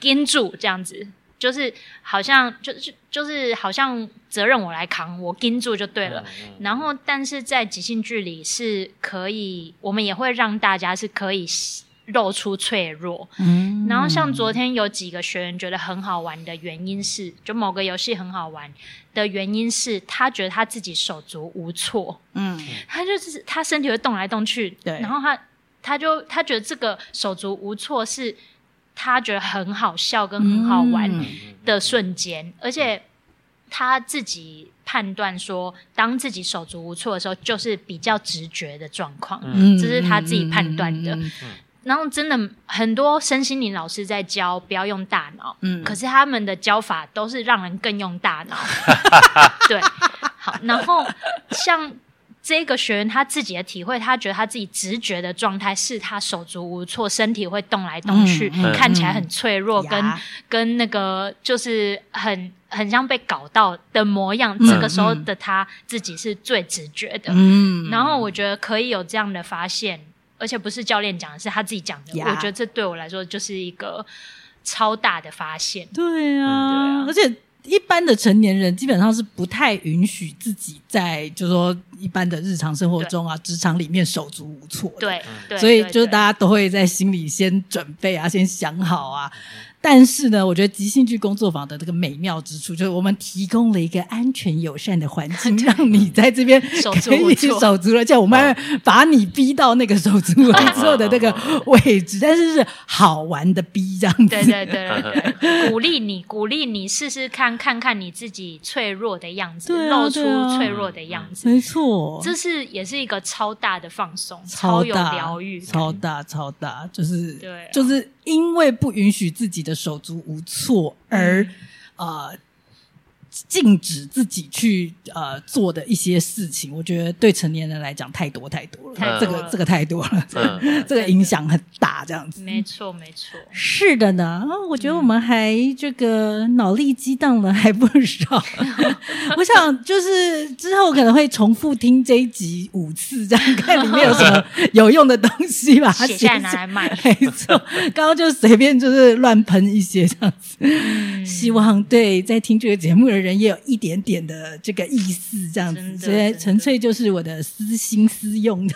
C: 盯住这样子，就是好像就就就是好像责任我来扛，我盯住就对了。
B: 嗯
C: 然后，但是在即兴剧里是可以，我们也会让大家是可以露出脆弱，
E: 嗯
C: 然后像昨天有几个学员觉得很好玩的原因是，就某个游戏很好玩的原因是他觉得他自己手足无措，
E: 嗯
C: 他就是他身体会动来动去，
E: 对
C: 然后他他就他觉得这个手足无措是他觉得很好笑跟很好玩，
E: 嗯
C: 的瞬间，而且他自己判断说，当自己手足无措的时候，就是比较直觉的状况。
B: 嗯
D: 嗯
C: 这是他自己判断的
E: 嗯
C: 然后真的很多身心灵老师在教不要用大脑，
E: 嗯
C: 可是他们的教法都是让人更用大 脑。对，好，然后像这个学员他自己的体会，他觉得他自己直觉的状态是他手足无措，身体会动来动去，
E: 嗯
B: 嗯
C: 看起来很脆弱，
E: 呀
C: 跟
D: 嗯
C: 跟那个就是很很像被搞到的模样。
D: 嗯
C: 这个时候的他自己是最直觉的。
E: 嗯
C: 然后我觉得可以有这样的发现，而且不是教练讲的，是他自己讲的。
E: 呀
C: 我觉得这对我来说就是一个超大的发现。
D: 对啊，
C: 嗯对啊
D: 而且一般的成年人基本上是不太允许自己在就是说一般的日常生活中啊，职场里面手足无措的。
C: 对对，
D: 所以
C: 对
D: 就是
C: 对
D: 大家都会在心里先准备啊，先想好啊。但是呢，我觉得即兴剧工作坊的这个美妙之处，就是我们提供了一个安全友善的环境， 让你在这边
C: 手足
D: 可
C: 无
D: 以
C: 措
D: 手足了，叫我们把你逼到那个手足无措的
C: 哦
D: 那个位置，但是是好玩的逼这样子。
C: 对对对对对，鼓励你，鼓励你试试看，看看你自己脆弱的样子，
D: 对啊
C: 露
D: 对啊
C: 出脆弱的样子。
D: 没错，
C: 这是也是一个超大的放松，
D: 超
C: 有
D: 大
C: 疗愈感，
D: 超大超大，就是
C: 对啊
D: 就是因为不允许自己的手足无措
C: 嗯
D: 而、呃禁止自己去呃做的一些事情，我觉得对成年人来讲太多太多了，
C: 太
B: 多
D: 这个
C: 了
D: 这个太 多了，
B: 嗯
D: 这个影响很大，这样子。
C: 没错没错，
D: 是的呢，啊我觉得我
C: 嗯
D: 们还这个脑力激荡了 还不少。我想就是之后可能会重复听这一集五次，这样看里面有什么有用的东西吧。
C: 写下来拿来卖。
D: 没错，刚刚就随便就是乱喷一些这样子，
C: 嗯
D: 希望对在听这个节目的人也有一点点的这个意思，这样
C: 真
D: 子，所
C: 的
D: 以
C: 真的
D: 纯粹就是我的私心私用 的。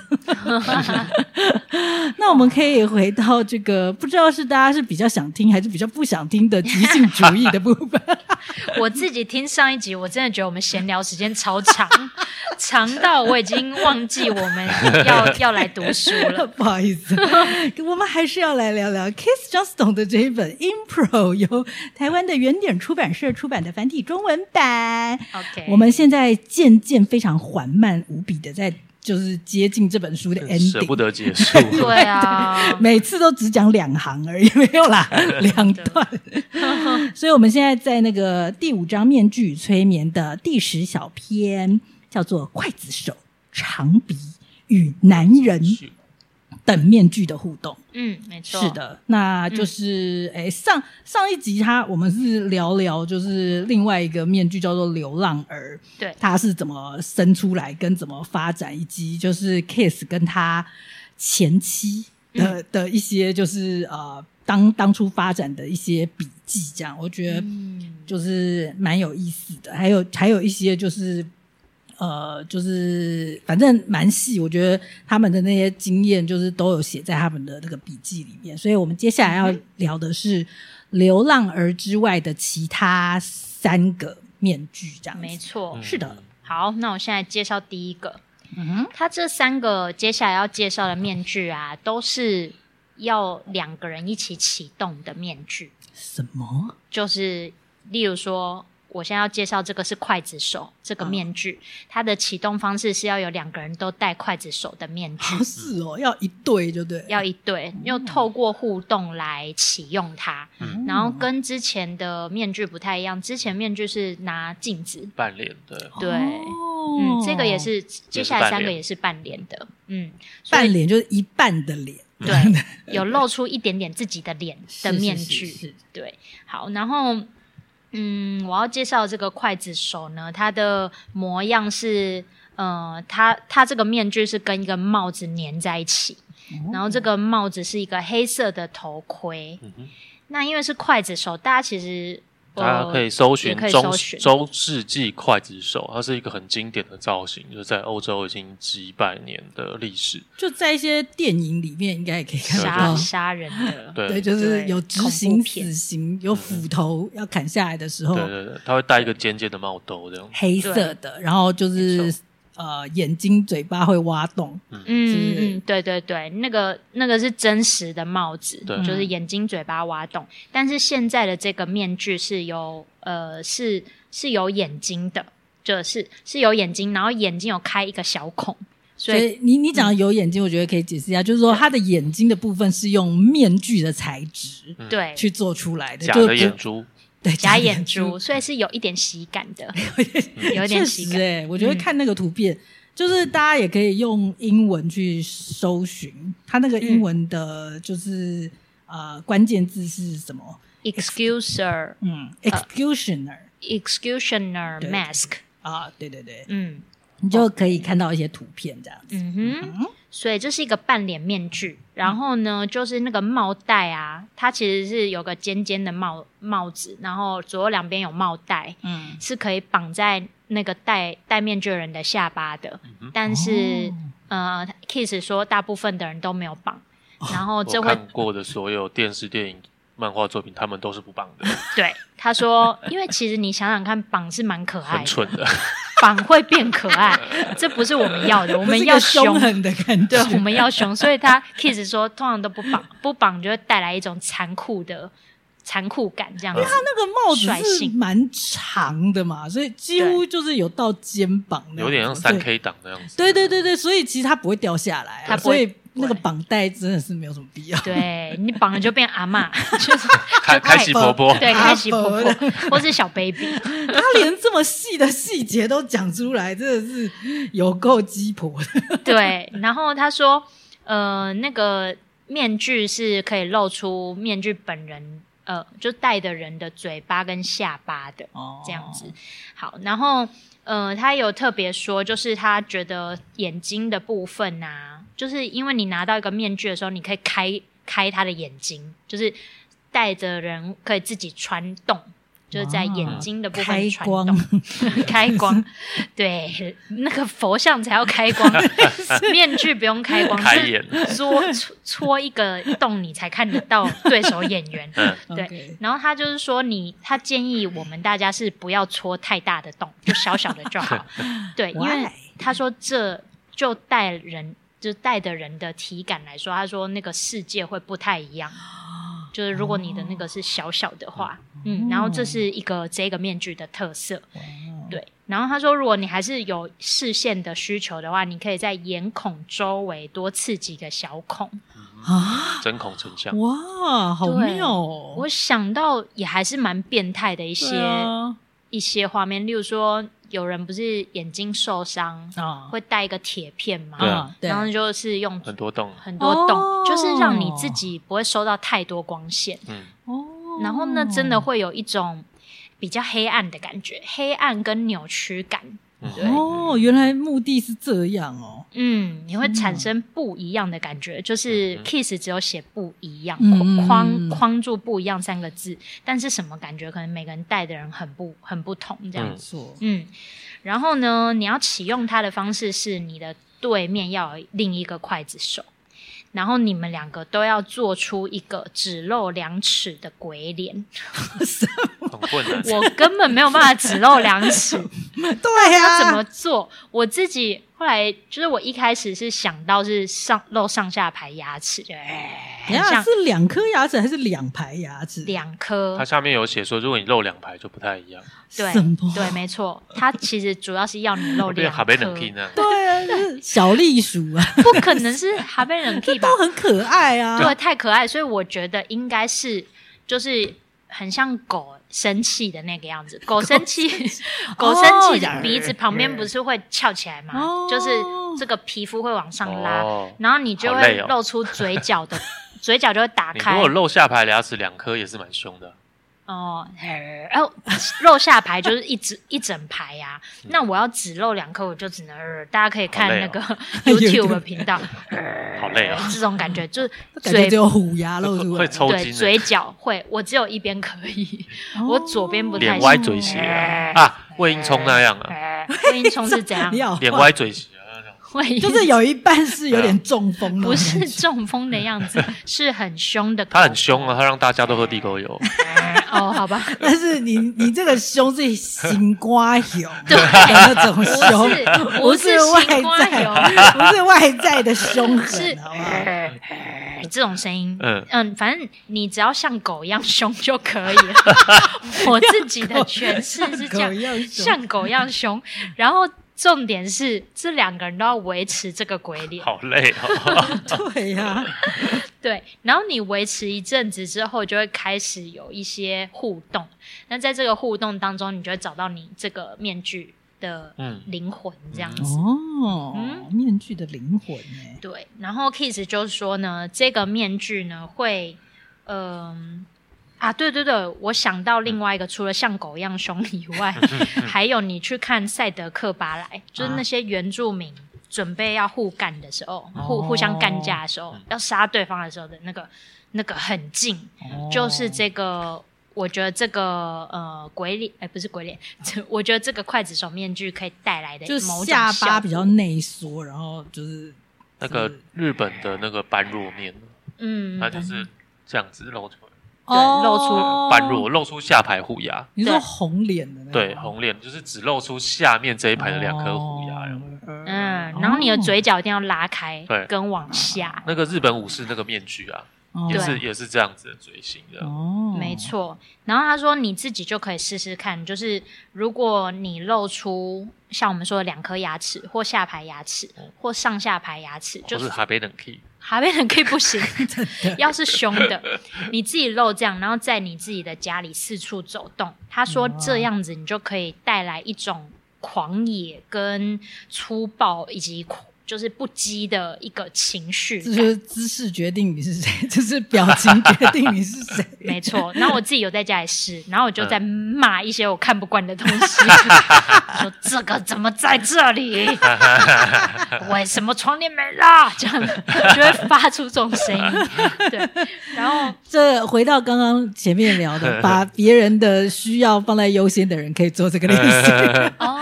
D: 那我们可以回到这个，不知道是大家是比较想听还是比较不想听的即兴主义的部分。
C: 我自己听上一集，我真的觉得我们闲聊时间超长， 长到我已经忘记我们要要来读书 了。
D: 不好意 思，我们还是要来聊聊 Kiss Johnston 的这一本《Impro》，由台湾的原点出版社出版的繁体中文版。
C: OK，
D: 我们现在渐渐非常缓慢无比的在就是接近这本书的
B: 嗯，舍不
D: ending。
B: 得结束，
C: 对啊，
D: 每次都只讲两行而已，没有 啦，两段。所以我们现在在那个第五章《面具与催眠》的第十小篇，叫做“刽子手、长鼻与男人等面具的互动”。
C: 嗯，没错，嗯
D: 是，的，那就是诶、上上一集他我们是聊聊就是另外一个面具叫做流浪儿，
C: 对
D: 他是怎么生出来跟怎么发展，以及就是 Kiss 跟他前妻的、
C: 嗯
D: 的一些就是呃当当初发展的一些笔记，这样我觉得
C: 嗯，
D: 就是蛮有意思的，还有还有一些就是。呃，就是反正蛮细，我觉得他们的那些
C: 嗯
D: 经验就是都有写在他们的那个笔记里面，所以我们接下来要聊的是流浪儿之外的其他三个面具，这样子
C: 没错
B: 嗯。
D: 是的，
C: 好，那我现在介绍第一个，
D: 嗯哼，
C: 他这三个接下来要介绍的面具啊，都是要两个人一起启动的面具，
D: 什么？
C: 就是例如说。我现在要介绍这个是刽子手这
D: 嗯
C: 个面具，它的启动方式是要有两个人都戴刽子手的面 具，
D: 好是哦，要一对就对，
C: 要一对，用透过互动来启用它。
B: 嗯
C: 然后跟之前的面具不太一样，之前面具是拿镜子，
B: 半脸对，
C: 对
D: 哦
C: 嗯，这个也是，接下来三
B: 半
C: 个
B: 脸
C: 也是半脸的，嗯，所以
D: 半脸，就是一半的脸，
C: 对，有露出一点点自己的脸的
D: 是
C: 面
D: 是
C: 具，
D: 是是
C: 对，好，然后。嗯，我要介绍这个刽子手呢，它的模样是，呃，它它这个面具是跟一个帽子粘在一起，然后这个帽子是一个黑色的头盔。
B: 嗯哼，
C: 那因为是刽子手，大家其实
B: 大家
C: 呃
B: 可以搜寻
C: 也可以
B: 中
C: 搜寻
B: 中世纪刽子手，它是一个很经典的造型，就是在欧洲已经几百年的历史。
D: 就在一些电影里面应该也可以看
C: 杀
D: 到。哦
C: 杀人的，
B: 对
D: 对，
B: 对
D: 就是
C: 对
D: 有执行
C: 恐怖片嗯
D: 死刑、有斧头要砍下来的时候，
B: 对对，他会戴一个尖尖的帽兜这样。
D: 黑色的，然后就是呃眼睛、嘴巴会挖洞，
C: 嗯
D: 是
C: 嗯，对对对，那个那个是真实的帽子，
B: 对
C: 就是眼睛、嘴巴挖洞。但是现在的这个面具是有呃是是有眼睛的，就是是有眼睛，然后眼睛有开一个小孔，所
D: 所
C: 以嗯
D: 以你你讲的有眼睛，我觉得可以解释一下，就是说它的眼睛的部分是用面具的材质
B: 嗯
C: 对
D: 去做出来的，
B: 假
D: 就是
B: 的
D: 不
B: 眼珠，
D: 对
C: 假眼珠，，所以是有一点喜感的，有一点
D: 确
C: 喜
D: 实
C: 感。嗯
D: 哎、我觉得看那个图片，就是大家也可以用英文去搜寻，它那个
C: 嗯
D: 英文的就是、呃关键字是什么？
C: Excuser
D: 嗯，executioner。
C: executioner
D: 对
C: mask，
D: 啊，对对对，
C: 嗯
D: 你就可以看到一些图片这样子。
C: 嗯哼。
D: 嗯，
C: 所以这是一个半脸面具。然后呢，就是那个帽带啊，它其实是有个尖尖的帽帽子，然后左右两边有帽带，
D: 嗯，
C: 是可以绑在那个戴戴面具的人的下巴的。
B: 哼
C: 但是、呃，Kiss 说大部分的人都没有绑，然后这
B: 我
C: 会
B: 看过的所有电视、电影、漫画作品，他们都是不绑 的，
C: 对他说，因为其实你想想看，绑是蛮可爱
B: 很
C: 的，
B: 蠢的。
C: 绑会变可爱，这不是我们要的，我
D: 我
C: 们要
D: 凶狠的感觉，
C: 对，我们要凶，所以他 Kiss 说，通常都不绑，不绑就会带来一种残酷的残酷感，这样子。
D: 那个帽
C: 率
D: 子是
C: 性
D: 蛮长的嘛，所以几乎就是有到肩膀那样子，
B: 有点像三
D: 所以
B: K 档那样子。
D: 对对对对，所以其实它不会掉下来啊、
C: 它不
D: 所
C: 会
D: 以那个绑带真的是没有什么必要。
C: 对你绑了就变阿嬷，就是
B: 开开喜婆婆，
C: 对
D: 阿
C: 开喜婆
D: 伯
C: 婆或是小 baby，
D: 他连这么细的细节都讲出来，真的是有够鸡婆的。
C: 对。然后他说，呃，那个面具是可以露出面具本人，呃，就戴的人的嘴巴跟下巴的。
D: 哦
C: 这样子。好，然后呃，他有特别说，就是他觉得眼睛的部分啊，就是因为你拿到一个面具的时候，你可以开开他的眼睛，就是戴着人可以自己穿洞。就是在眼睛的部
D: 开
C: 分传
D: 光
C: 动， 开光，对，那个佛像才要开光， 面具不用开光，
B: 开
C: 是
B: 眼
C: 戳戳戳一个洞，你才看得到对手演员。
B: 嗯
C: 对
D: OK
C: 然后他就是说你，他建议我们大家是不要戳太大的洞，就小小的 就好。对，因为
D: Why？
C: 他说这就带人就带的人的体感来说，他说那个世界会不太一样。就是如果你的那个是小小的话，
D: 哦
C: 嗯，然后这是一个这个面具的特色，对。然后他说，如果你还是有视线的需求的话，你可以在眼孔周围多刺激个小孔。
D: 啊，
B: 针孔成像。
D: 哇，好
C: 对
D: 妙哦！
C: 我想到也还是蛮变态的一些、
D: 对啊
C: 一些画面，例如说有人不是眼睛受伤，
D: 啊
C: 会带一个铁片嘛，
B: 嗯对
D: 啊，对
C: 然后就是用
B: 很多洞，
C: 很多洞，
D: 哦
C: 就是让你自己不会收到太多光线，
B: 嗯，
D: 哦
C: 然后呢，真的会有一种比较黑暗的感觉，黑暗跟扭曲感，
B: 嗯
C: 对
D: 哦，原来目的是这样哦。
C: 嗯，你会产生不一样的感觉，就是
B: 嗯
C: kiss 只有写不一样，
D: 嗯
C: 框
D: 嗯嗯
C: 框框住不一样三个字，但是什么感觉？可能每个人戴的人很不很不同，这样
B: 嗯
C: 子。
D: 错，
C: 嗯然后呢，你要启用它的方式是你的对面要有另一个刽子手，然后你们两个都要做出一个只露两尺的鬼脸，
B: 嗯很困难。
C: 我根本没有办法只露两尺，
D: 对啊呀、
C: 要怎么做？我自己后来就是我一开始是想到是上露上下排牙齿，就哎、
D: 等
C: 很
D: 一下
C: 像
D: 是两颗牙齿还是两排牙齿？
C: 两颗
B: 它，下面有写说，如果你露两排就不太一样，
C: 对
D: 什么
C: 对，没错，它其实主要是要你 露
B: 变
C: 两
B: 哈
C: 颗，
B: 贝冷 key 呢？
D: 对啊， 就是小栗鼠啊，
C: 不可能是哈贝冷 key 吧？
D: 都很可爱啊。
C: 对，太可爱，所以我觉得应该是就是很像狗生气的那个样 子。狗生气，狗生
D: 哦
C: 气
D: 呀
C: 的鼻子旁边不是会翘起来吗？
D: 哦
C: 就是这个皮肤会往上拉，
B: 哦，
C: 然后你就
B: 好
C: 会
B: 累哦
C: 露出嘴角的， 嘴角就会打
B: 你如
C: 开
B: 果。露下排牙齿两颗也是蛮凶的。
C: 哦，嘿然后露下排就是一整 一整排呀、那我要只露两颗，我就只能、呃大家可以看
B: 好累
C: 那
B: 哦
C: 个
D: 有点
C: YouTube 频道，
B: 好累哦
C: 这种感觉就是
D: 感觉
C: 嘴
D: 只有虎牙露出来，
B: 会抽
C: 对，
B: 筋
C: 嘴
B: 的，
C: 角会，我只有一边可 以，我左边不太哎
B: 脸
C: 行
B: 歪嘴斜啊，啊魏应冲那样啊，
C: 哎魏应冲是 怎样？
D: 要
B: 脸歪嘴斜啊，那种
C: 魏应
D: 就是有一半是有点中风啊的，
C: 不是中风的样子，是很凶的。
B: 他很凶啊，他让大家都喝地沟油。
C: 哎 哦，好吧，
D: 但是你你这个胸是形瓜油，
C: 对
D: 那种胸
C: 不是，
D: 不
C: 不是
D: 外
C: 形瓜
D: 在，
C: 油
D: 不是外在的凶
C: 是
D: 狠，好不好？
C: 哎这种声音。
B: 嗯，
C: 嗯，反正你只要像狗一样凶就可 以了。我自己的诠释 是这样
D: 狗，
C: 嗯
D: 要凶，
C: 像狗一样凶。然后重点是，这两个人都要维持这个鬼脸。
B: 好累哦，
D: 对啊呀，
C: 对，然后你维持一阵子之后，就会开始有一些互动。那在这个互动当中，你就会找到你这个面具的
B: 嗯，
C: 灵魂，这样子。
D: 哦，
C: 嗯
D: 面具的灵魂哎，
C: 对，然后 Kiss 就是说呢，这个面具呢会，嗯、啊，对对对，我想到另外一个，除了像狗一样凶以外，还有你去看《赛德克巴莱》，就是那些原住民准备要互干的时候，互互相干架的时候，要杀对方的时候的那个那个很近，
D: 哦
C: 就是这个，我觉得这个呃鬼脸，哎、不是鬼脸，这我觉得这个筷子手面具可以带来的
D: 就
C: 某种
D: 下
C: 效
D: 巴比
C: 果
D: 较内缩，然后就是
B: 那个日本的那个般若面，
C: 嗯，
B: 它就是这样子露出来，
C: 露出
D: 哦
B: 般若露出下排虎牙，
D: 你说
C: 对
D: 红脸的那个
B: 对，
D: 吗
B: 红脸就是只露出下面这一排的两颗虎牙。然后
D: 哦
C: 嗯，然后你的嘴角一定要拉开，
B: 对
C: 跟往下，
B: 那个日本武士那个面具啊，
D: 哦
B: 也
C: 对
B: 是也是这样子的嘴型的。
D: 哦
C: 没， 错。然后他说你自己就可以试试看，就是如果你露出像我们说的两颗牙齿，或下排牙齿，
B: 哦
C: 或上下排牙齿，就
B: 就是
C: 是
B: 哈北冷 key，
C: 哈贝人可以不行，要是凶的，你自己露这样，然后在你自己的家里四处走动。他说
D: 哇
C: 这样子你就可以带来一种狂野、跟粗暴以及就是不羁的一个情绪
D: 这
C: 感。
D: 就是姿势决定你是谁， 就是表情决定你是谁。
C: 没错，然后我自己有在家里试，然后我就在骂一些我看不惯的东西，说这个怎么在这里？为什么窗帘没拉？这样 就会发出这种声音。对，然后
D: 这回到刚刚前面聊 的，把别人的需要放在优先的人，可以做这 个练习，
C: 哦，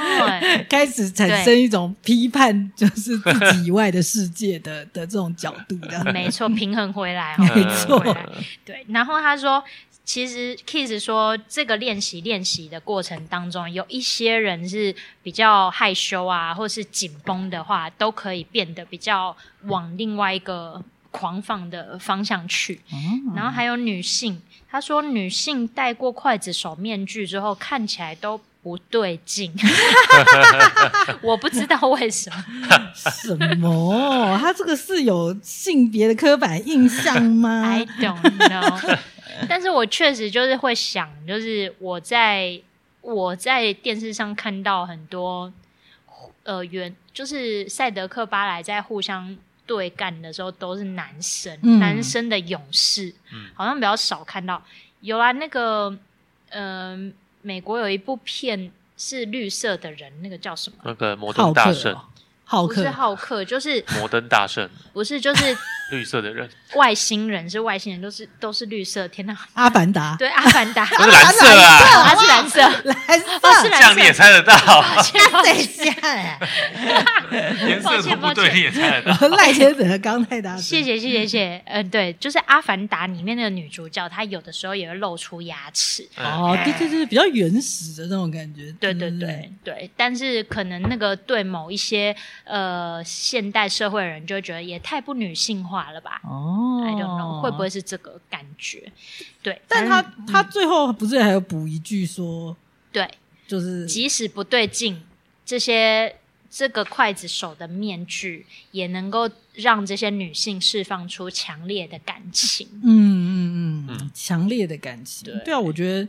D: 开始产生一种批判，就是自己以外的世界的的这种角度，这样
C: 没错，平衡回来哦，
D: 嗯没错
C: 平衡回来
B: 嗯
C: 对，然后他说，其实 Kiss 说，这个练习练习的过程当中，有一些人是比较害羞啊，或是紧绷的话，都可以变得比较往另外一个狂放的方向去。
D: 哦
C: 然后还有女性，他说女性戴过筷子手面具之后，看起来都。不对 劲， 我不知道为什么。
D: 什么？他这个是有性别的刻板印象 吗
C: I？don't know，但是我确实就是会想，就是我在我在电视上看到很多呃原就是赛德克巴莱在互相对干的时候都是男生，
D: 嗯
C: 男生的勇士，
B: 嗯
C: 好像比较少看到。有啊，那个嗯、美国有一部片是绿色的人，那个叫什么？
B: 那个摩
D: 浩
B: 登大
D: 克
B: 圣
D: 哦，，浩
C: 不是
D: 克，
C: 浩克，就是
B: 摩登大圣，
C: 不是就是
B: 绿色的人，
C: 外星人是外星人，都是都是绿色。天哪，
D: 阿凡达，
C: 对，阿凡达，
B: 不是蓝色啊，
C: 他是蓝色，
D: 蓝
C: 哦
D: 色
C: 是
B: 这
C: 蓝
B: 样 你也
C: 色。
B: 猜得到，
C: 抱
D: 等一
C: 歉，
D: 下哎，
B: 颜色都不
C: 抱歉抱
B: 对
C: 歉
B: 你也猜得到。
D: 赖先生的刚太大声，
C: 谢谢谢谢谢谢，嗯，对，就是《阿凡达》里面那个女主角，她有的时候也会露出牙齿，
B: 嗯
D: 哦，对对对，比较原始的那种感觉。
C: 哎对
D: 对
C: 对对，对，但是可能那个对某一些呃现代社会人就会觉得也太不女性化了吧、
D: 哦
C: i don't know，会不会？嗯是这个感觉？对，
D: 但他
C: 反正
D: 他最后不是还有补一句说，
C: 对，
D: 就是
C: 即使不对劲，这些这个刽子手的面具也能够让这些女性释放出强烈的感情。
D: 嗯嗯嗯
B: 嗯，
D: 强烈的感情。
C: 对
D: 对啊，我觉得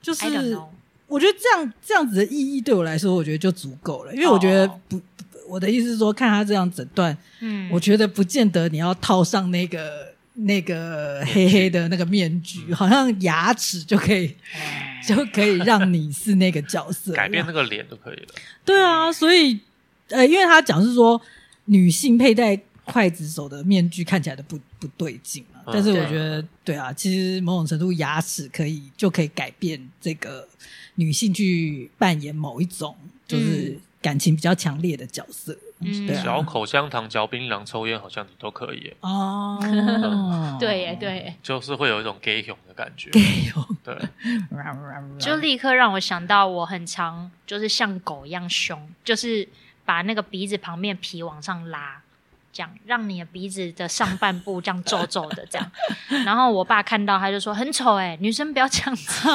D: 就是
C: I don't know，
D: 我觉得这样这样子的意义对我来说，我觉得就足够了，因为我觉得
C: 哦
D: 不。不我的意思是说，看他这样诊断，
C: 嗯，
D: 我觉得不见得你要套上那个那个黑黑的那个面具，好像牙齿就可以就可以让你是那个角色了，
B: 改变那个脸就可以了。
D: 对啊，所以呃，因为他讲是说女性佩戴刽子手的面具看起来都不不对劲嘛，
B: 嗯
D: 但是我觉得对啊，其实某种程度牙齿可以就可以改变这个女性去扮演某一种就是感情比较强烈的角色，
C: 嗯，
D: 对
B: 嚼
D: 啊，
B: 口香糖、嚼槟榔、抽烟，好像都可以耶，
D: 哦
C: 对耶，对耶，
B: 就是会有一种 gay 熊的感觉。对，
D: 啊
C: 就立刻让我想到我很常就是像狗一样凶，就是把那个鼻子旁边皮往上拉。这样让你的鼻子的上半部这样皱皱的这样，然后我爸看到他就说很丑哎、女生不要这样子。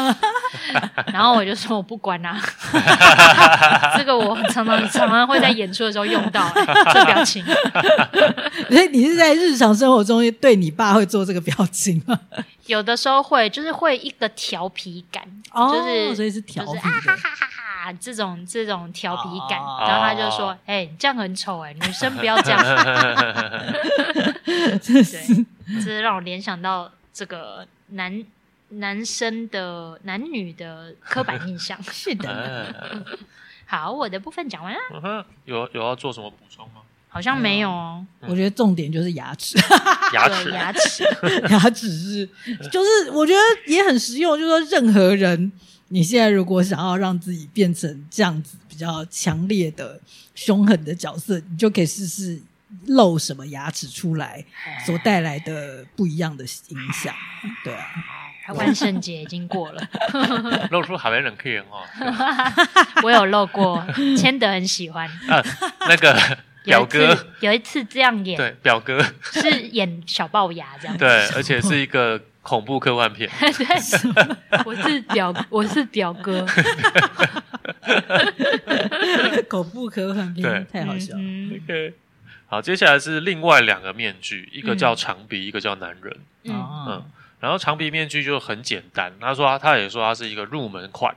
C: 然后我就说我不管啦、这个我常常常常会在演出的时候用到、欸、这表情。
D: 所以你是在日常生活中对你爸会做这个表情吗？
C: 有的时候会，就是会一个调皮感，
D: 哦
C: 就是
D: 所以是调皮的
C: 就是啊哈哈哈哈这种这种调皮感，
D: 哦
C: 然后他就说：“哎、你这样很丑哎、女生不要 这样。
D: 真
C: 对
D: 是，”
C: 这让我联想到这个男男生的男女的刻板印象。
D: 是的，
B: 嗯
C: 好，我的部分讲完了，
B: 嗯哼有有要做什么补充吗？
C: 好
D: 嗯
C: 像没有哦。
D: 我觉得重点就是牙 齿。
B: 牙
C: 对
B: 齿，
C: 牙齿，
D: 牙齿是，就是我觉得也很实用，就是说任何人，你现在如果想要让自己变成这样子比较强烈的、凶狠的角色，你就可以试试露什么牙齿出来
C: 哎
D: 所带来的不一样的影响。对啊，
C: 万圣节已经过了，
B: 露出海边人 K 人哦。对
C: 我有漏过，千德很喜欢。
B: 啊，那个表
C: 有一次
B: 哥，
C: 有一次这样演，
B: 对表哥，
C: 是演小龅牙这样。
B: 对，而且是一个恐怖科幻片。
C: 对，我是表，我是表哥，
D: 口不可很
B: 对
D: 拼，太好笑了。
C: 嗯
B: OK，好，接下来是另外两个面具，一个叫长鼻，一个叫男人。
C: 嗯
D: 哦
B: 嗯，然后长鼻面具就很简单，他说啊他他也说它是一个入门款，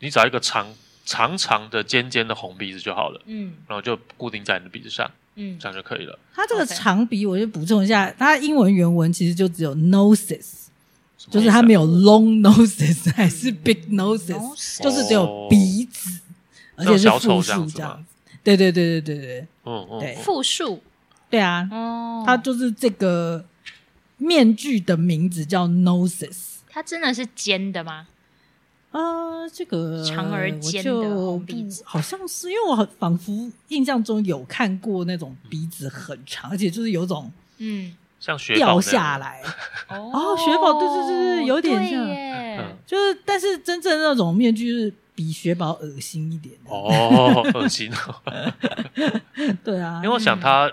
B: 你找一个长长长的尖尖的红鼻子就好了，
C: 嗯
B: 然后就固定在你的鼻子上，
C: 嗯
B: 这样就可以了。
D: 它这个
C: OK
D: 长鼻，我就补充一下，它英文原文其实就只有 noses，
B: 什么
D: 就是
B: 意思啊
D: 它没有 long noses 还是 big noses，就是只有鼻子，而且是复数
B: 哦像小丑这
D: 这
B: 样
D: 样子。对对对对对对
B: 嗯嗯，
D: 对
B: 嗯
C: 复数
D: 对啊！
C: 哦，
D: 它就是这个面具的名字叫 noses。
C: 它真的是尖的吗？哦
D: 啊，这个
C: 长而尖的
D: 我就
C: 红鼻子
D: 不好像是因为我很仿佛印象中有看过那种鼻子很长，而且就是有种
C: 嗯
B: 像雪宝
D: 掉
B: 那
D: 下
B: 样，
D: 来，
C: 哦
D: 雪宝对对对对有点
C: 对
D: 像
C: 耶
B: 嗯
D: 就是但是真正那种面具是比雪宝恶心一点的。
B: 哦，恶心哦。
D: 对啊
B: 因为，我想他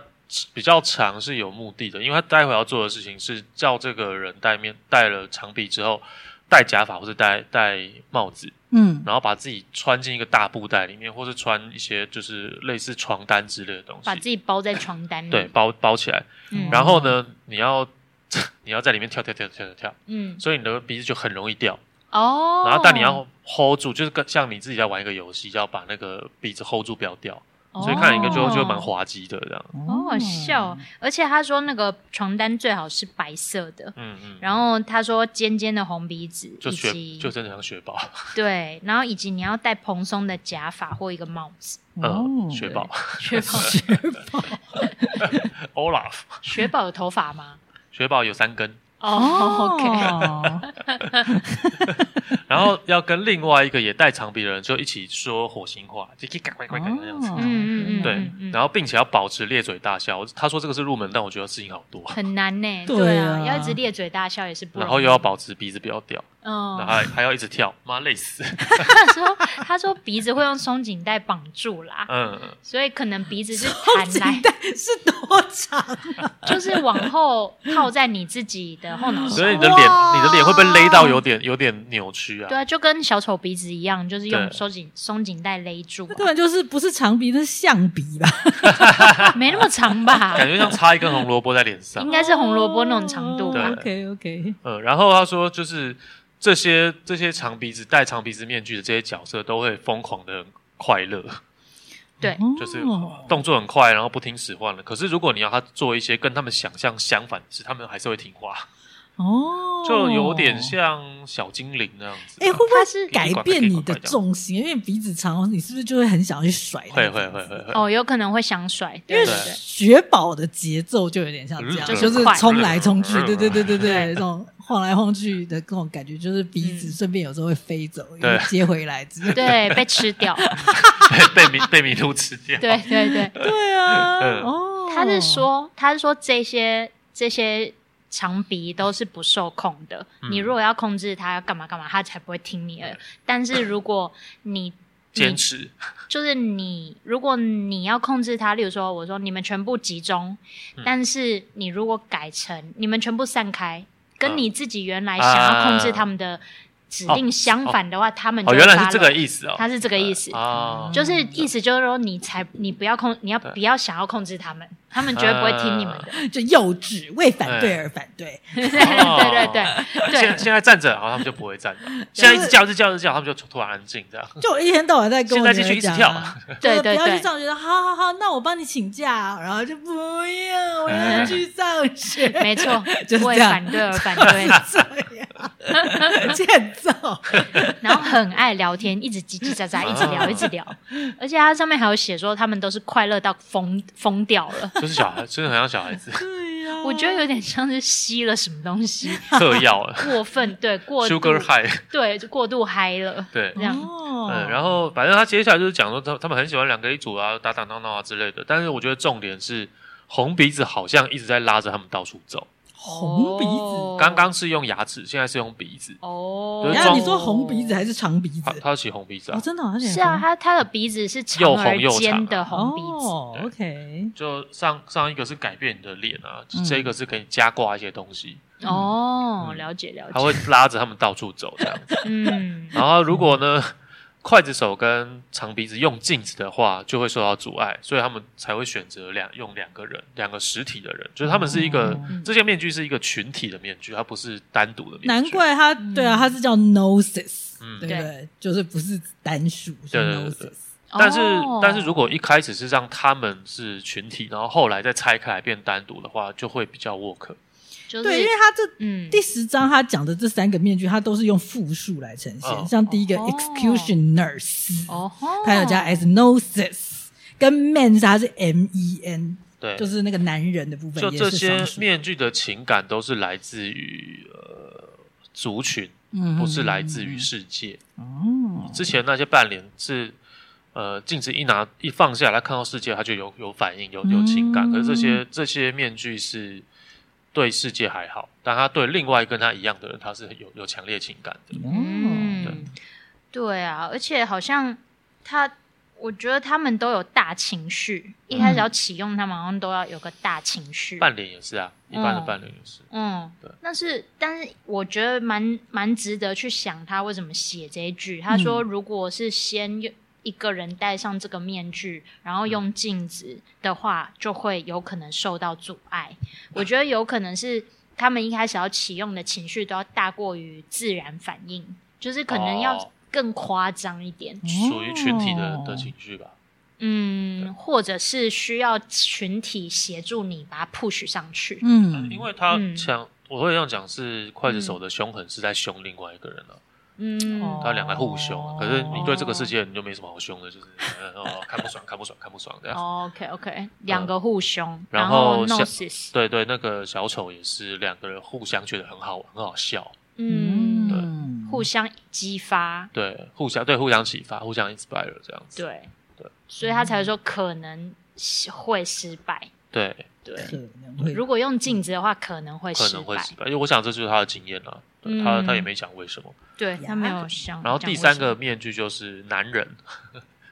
B: 比较长是有目的的，因为他待会要做的事情是叫这个人戴面戴了长鼻之后，戴假发或是戴戴帽子，
D: 嗯，
B: 然后把自己穿进一个大布袋里面，或是穿一些就是类似床单之类的东
C: 把自
B: 西，
C: 己包在床单里，
B: 对，包包起来。
C: 嗯，
B: 然后呢，你要 你要在里面跳跳跳跳跳跳，
C: 嗯
B: 所以你的鼻子就很容易掉。
C: 哦，
B: 然后但你要 hold 住，就是跟像你自己在玩一个游戏，要把那个鼻子 hold 住不要掉。
C: 哦
B: 所以看一个就就蛮滑稽的这样。
C: 哦，好好笑哦，而且他说那个床单最好是白色的。
B: 嗯嗯。
C: 然后他说尖尖的红鼻子，
B: 就
C: 以
B: 雪
C: 及
B: 就真的像雪宝，
C: 对，然后以及你要戴蓬松的
B: 呃
C: 假发或一个帽子。
D: 哦
B: 嗯，雪宝，
C: 确保
B: Olaf，
C: 雪宝有头发吗？
B: 雪宝有三根，
C: 哦，OK，
B: 然后要跟另外一个也戴长鼻的人就一起说火星话，就叽嘎怪怪怪那样子。
D: 哦
C: 嗯嗯嗯，
B: 对
C: 嗯，嗯
B: 然后并且要保持咧嘴大笑。他说这个是入门，但我觉得事情好多。
C: 很难呢，
D: 对
C: 对
D: 啊
C: 要一直咧嘴大笑也是不容
B: 然
C: 易，
B: 后又要保持鼻子不要掉，然后
C: 嗯，
B: 还还要一直跳，妈累死。
C: 他说他说鼻子会用松紧带绑住啦，
B: 嗯，嗯
C: 所以可能鼻子是
D: 后
C: 弹
D: 颈
C: 来，
D: 带是多长？
C: 就是往后靠在你自己的后脑勺
B: 所以，你的脸，
D: 哇
B: 你的脸会被勒到有点有点扭曲
C: 对
B: 啊。
C: 啊，就跟小丑鼻子一样，就是用
B: 对
C: 收紧松紧带勒住
D: 那
C: 啊，
D: 根本就是不是长鼻，那是象鼻吧？
C: 没那么长吧？
B: 感觉像插一根红萝卜在脸上
C: 应。该是红萝卜那种长度吧
D: OK
B: 对？
D: OK，
B: 嗯，然后他说就是这些这些长鼻子戴长鼻子面具的这些角色都会疯狂的快乐，
C: 哦对，
B: 就是
D: 哦
B: 动作很快，然后不听使唤了。可是如果你要他做一些跟他们想象相反的事，他们还是会听话，
D: 哦，
B: 就有点。像小精灵那样子吧。
D: 哎，会不
C: 它
D: 会
C: 是
D: 改变你的重心？因为鼻子长，你是不是就会很想去甩？
B: 会会会。会会，
C: 哦，有可能会想甩，
D: 因
C: 对
D: 为
C: 对对，
D: 雪宝的节奏就有点像这样，
C: 就是
D: 就是
C: 快
D: 冲来冲去，
B: 嗯
D: 对对对对对，那种晃来晃去的那种感觉，就是鼻子
C: 嗯
D: 顺便有时候会飞走，
B: 对
D: 又接回来之类的。
C: 对被吃 掉，
B: 被被迷被迷路吃掉。
C: 对对对。
D: 对啊，
B: 嗯
D: 哦，
C: 他是说，他是说这些这些长鼻都是不受控的。
B: 嗯
C: 你如果要控制它干嘛干嘛，它才不会听你的。但是如果你
B: 坚持，
C: 就是你，如果你要控制它，例如说我说你们全部集中，
B: 嗯
C: 但是你如果改成你们全部散开，跟
B: 啊
C: 你自己原来想要控制他们的指令
B: 哦
C: 相反的话，他们
B: 啊
C: 就
B: 哦，
C: 会
B: 原来是
C: follow
B: 这个意思哦，
C: 它是这个意思
B: 啊，
C: 就是意思就是说，你才你不要控，你要不要想要控制他们，他们绝对不会
B: 啊
C: 听你们的。
D: 就幼稚，为
B: 哎
D: 反对而反对，
C: 对
B: 哦
C: 对对
B: 现在
C: 对
B: 现在站着，然后他们就不会站了。现在一直叫，一直叫，一直叫，他们就突然安静这样。
D: 就我一天到晚在跟我
B: 现在继续
D: 女儿讲啊
C: 对
D: 就是
C: 对
D: 不要去
C: 对
D: 上学，好好好，那我帮你请假，然后就不要，我
B: 哎
D: 要去上学，
C: 对，没错
D: 就，是
C: 为
D: 这样
C: 反对而反对，
D: 这样， 欠揍，
C: 然后很爱聊天，一直叽叽喳喳，一直聊，一直
B: 啊
C: 聊，而且它上面还有写说他们都是快乐到疯疯掉了，
B: 就是小孩，真的很像小孩 子
D: 对
B: 啊
D: 呀、
C: 我觉得有点像是吸了什么东西，
B: 嗑药 了
C: 过分对过度
B: ，Sugar High，
C: 对过度嗨了，
B: 对
C: 这。样
D: 哦
B: 嗯，然后反正他接下来就是讲说他他们很喜欢两个一组啊，打打闹闹啊之类的。但是我觉得重点是红鼻子好像一直在拉着他们到处走。
D: 红鼻子，
C: 哦
B: 刚刚是用牙齿，现在是用鼻子。
C: 哦，
B: 对
D: 然后你说红鼻子
C: 还
D: 还是长鼻子
B: 他？他要起红鼻子啊
D: 哦，，真的好像
C: 是啊，他他的鼻子是长
B: 又红
C: 而
B: 又
C: 尖
B: 长
C: 的红鼻子，
D: 哦，OK，
B: 就上上一个是改变你的脸啊，这
D: 嗯
B: 一个是给你加挂一些东西，
C: 哦，了解了
B: 他嗯
C: 解，
B: 会拉着他们到处走这样子。
C: 嗯，
B: 然后如果呢，筷子手跟长鼻子用镜子的话，就会受到阻碍，所以他们才会选择两用两个人，两个实体的人，就是他们是一个、
D: 哦
C: 嗯
B: 这件面具是一个群体的面具，它不是单独的面具。
D: 难，怪他对
C: 嗯
D: 啊，他是叫 noses，
B: 嗯
D: 对不对？就是不是单数，是
B: 对对对
D: noses。
B: 但是、
C: 哦
B: 但是如果一开始是让他们是群体，然后后来再拆开来变单独的话，就会比较 work。
C: 就是
D: 对，因为他这
C: 嗯
D: 第十章他讲的这三个面具，它都是用复数来呈现，
B: 嗯
D: 像第一个
C: 哦
D: executioners，、
C: 哦吼，
D: 它有加 s noses，跟 men 它是 m e n，
B: 对，
D: 就是那个男人的部分
B: 就
D: 也
B: 这
D: 是
B: 些
D: 双数，
B: 面具的情感都是来自于呃族群，
D: 嗯
B: 不是来自于世界。
D: 哦，
B: 之前那些半脸是，呃，镜子一拿一放下来，看到世界，他就有有反应，有有情感。
D: 嗯
B: 可是这些这些面具是对世界还好，但他对另外一个跟他一样的人，他是有有强烈情感的。
C: 嗯，对啊，而且好像他，我觉得他们都有大情绪，一开始要启用他们，好像都要有个大情绪。
B: 半脸也是啊，一般的
C: 嗯
B: 半脸也是。
C: 嗯
B: 对，
C: 但是但是我觉得蛮蛮值得去想他为什么写这一句。他说，如果是先用一个人戴上这个面具，然后用镜子的话，就会有可能受到阻碍。我觉得有可能是他们一开始要启用的情绪都要大过于自然反应，就是可能要
B: 哦
C: 更夸张一点。
B: 属于群体的
D: 嗯哦
B: 的情绪吧，
C: 嗯，或者是需要群体协助你把它 push 上去。
D: 嗯，
B: 呃因为他
C: 嗯
B: 强，我会这样讲是刽子手的凶狠是在凶另外一个人啊，
C: 嗯，
B: 他两个互凶啊，可是你对这
C: 哦
B: 个世界你就没什么好凶的，就是嗯哦看不爽看不爽看不爽这样。呃
C: OK OK，两个互凶，
B: 然
C: 哦后
B: 后
C: no
B: 像
C: sis，
B: 对对，那个小丑也是两个人互相觉得很好玩，很好笑，
C: 嗯，互相激发，
B: 对，互相对互相启发，互相 inspire 这样子。
C: 对
B: 对，
C: 所以他才会说可能是会失败，
B: 对，
C: 对。
D: 可能会
C: 如果用镜子的话，可能会
B: 可
C: 失
B: 能会
C: 败。
B: 失败，因为我想这就是他的经验啦。对他
C: 嗯
B: 他也没讲为什么。
C: 对他
D: 呀
C: 没有想。
B: 然后
C: 讲
B: 第
C: 为
B: 三
C: 什
B: 个
C: 么，
B: 面具就是男人，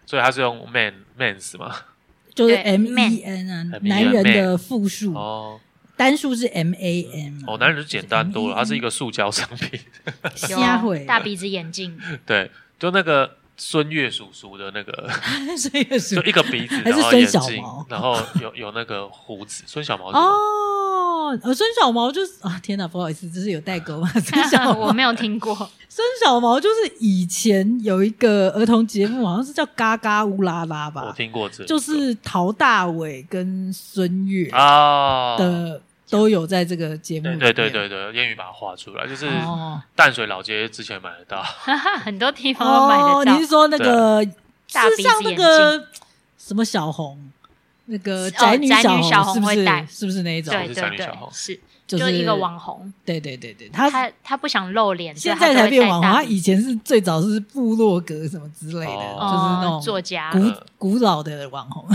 B: 所以他是用 man man's 嘛。
D: 就是
C: 对
D: M E N 啊，
B: man
D: 男人的复数，
B: E 哦
D: 单数是 M A M
B: 哦，男人就简单多了，他是一个塑胶商品。
C: 有啊
D: 瞎毁
C: 大鼻子 眼镜，
B: 对，就那个孙悦叔叔的那个，
D: E 所以是
B: 就一个鼻子，
D: 还是
B: 然后
D: 孙
B: 眼
D: 小
B: 镜
D: 毛，
B: 然后有有那个胡子。孙小毛是什么
D: 哦，呃，孙小毛就是啊，天哪，不好意思，这是有代 沟啊。孙小
C: 我
D: 毛，
C: 没有听过。
D: 孙小毛就是以前有一个儿童节目，好像是叫《嘎嘎乌拉拉》
B: 我
D: 吧，
B: 听过这个，
D: 哦就是陶大伟跟孙悦
B: 啊，
D: 的都有在这个节目里
B: 对
D: 面。
B: 对对对对，谚语把它画出来，就是
D: 哦
B: 淡水老街之前买得 到，
C: 很多地方都买
D: 哦
C: 得，
D: 你
C: 到
D: 是。说那个是
C: 大鼻子
D: 像那个什么小红，那个宅女
C: 哦宅女小
D: 红
C: 红
D: 是不
C: 会
D: 是
C: 戴？
D: 是不是那一种？
C: 对
B: 是
C: 对
B: 三女
C: 对
B: 小，红
C: 是
D: 就
C: 就是
D: 是
C: 一个网红，
D: 对对对对，她
C: 他他不想露脸，所以
D: 现在
C: 他就
D: 才
C: 会
D: 变
C: 戴
D: 网红，
C: 大
D: 他
C: 鼻
D: 以前是最早是部落格什么之类的，
B: 哦
D: 就是那
C: 哦
D: 种
C: 作家，
D: 古古老的网红。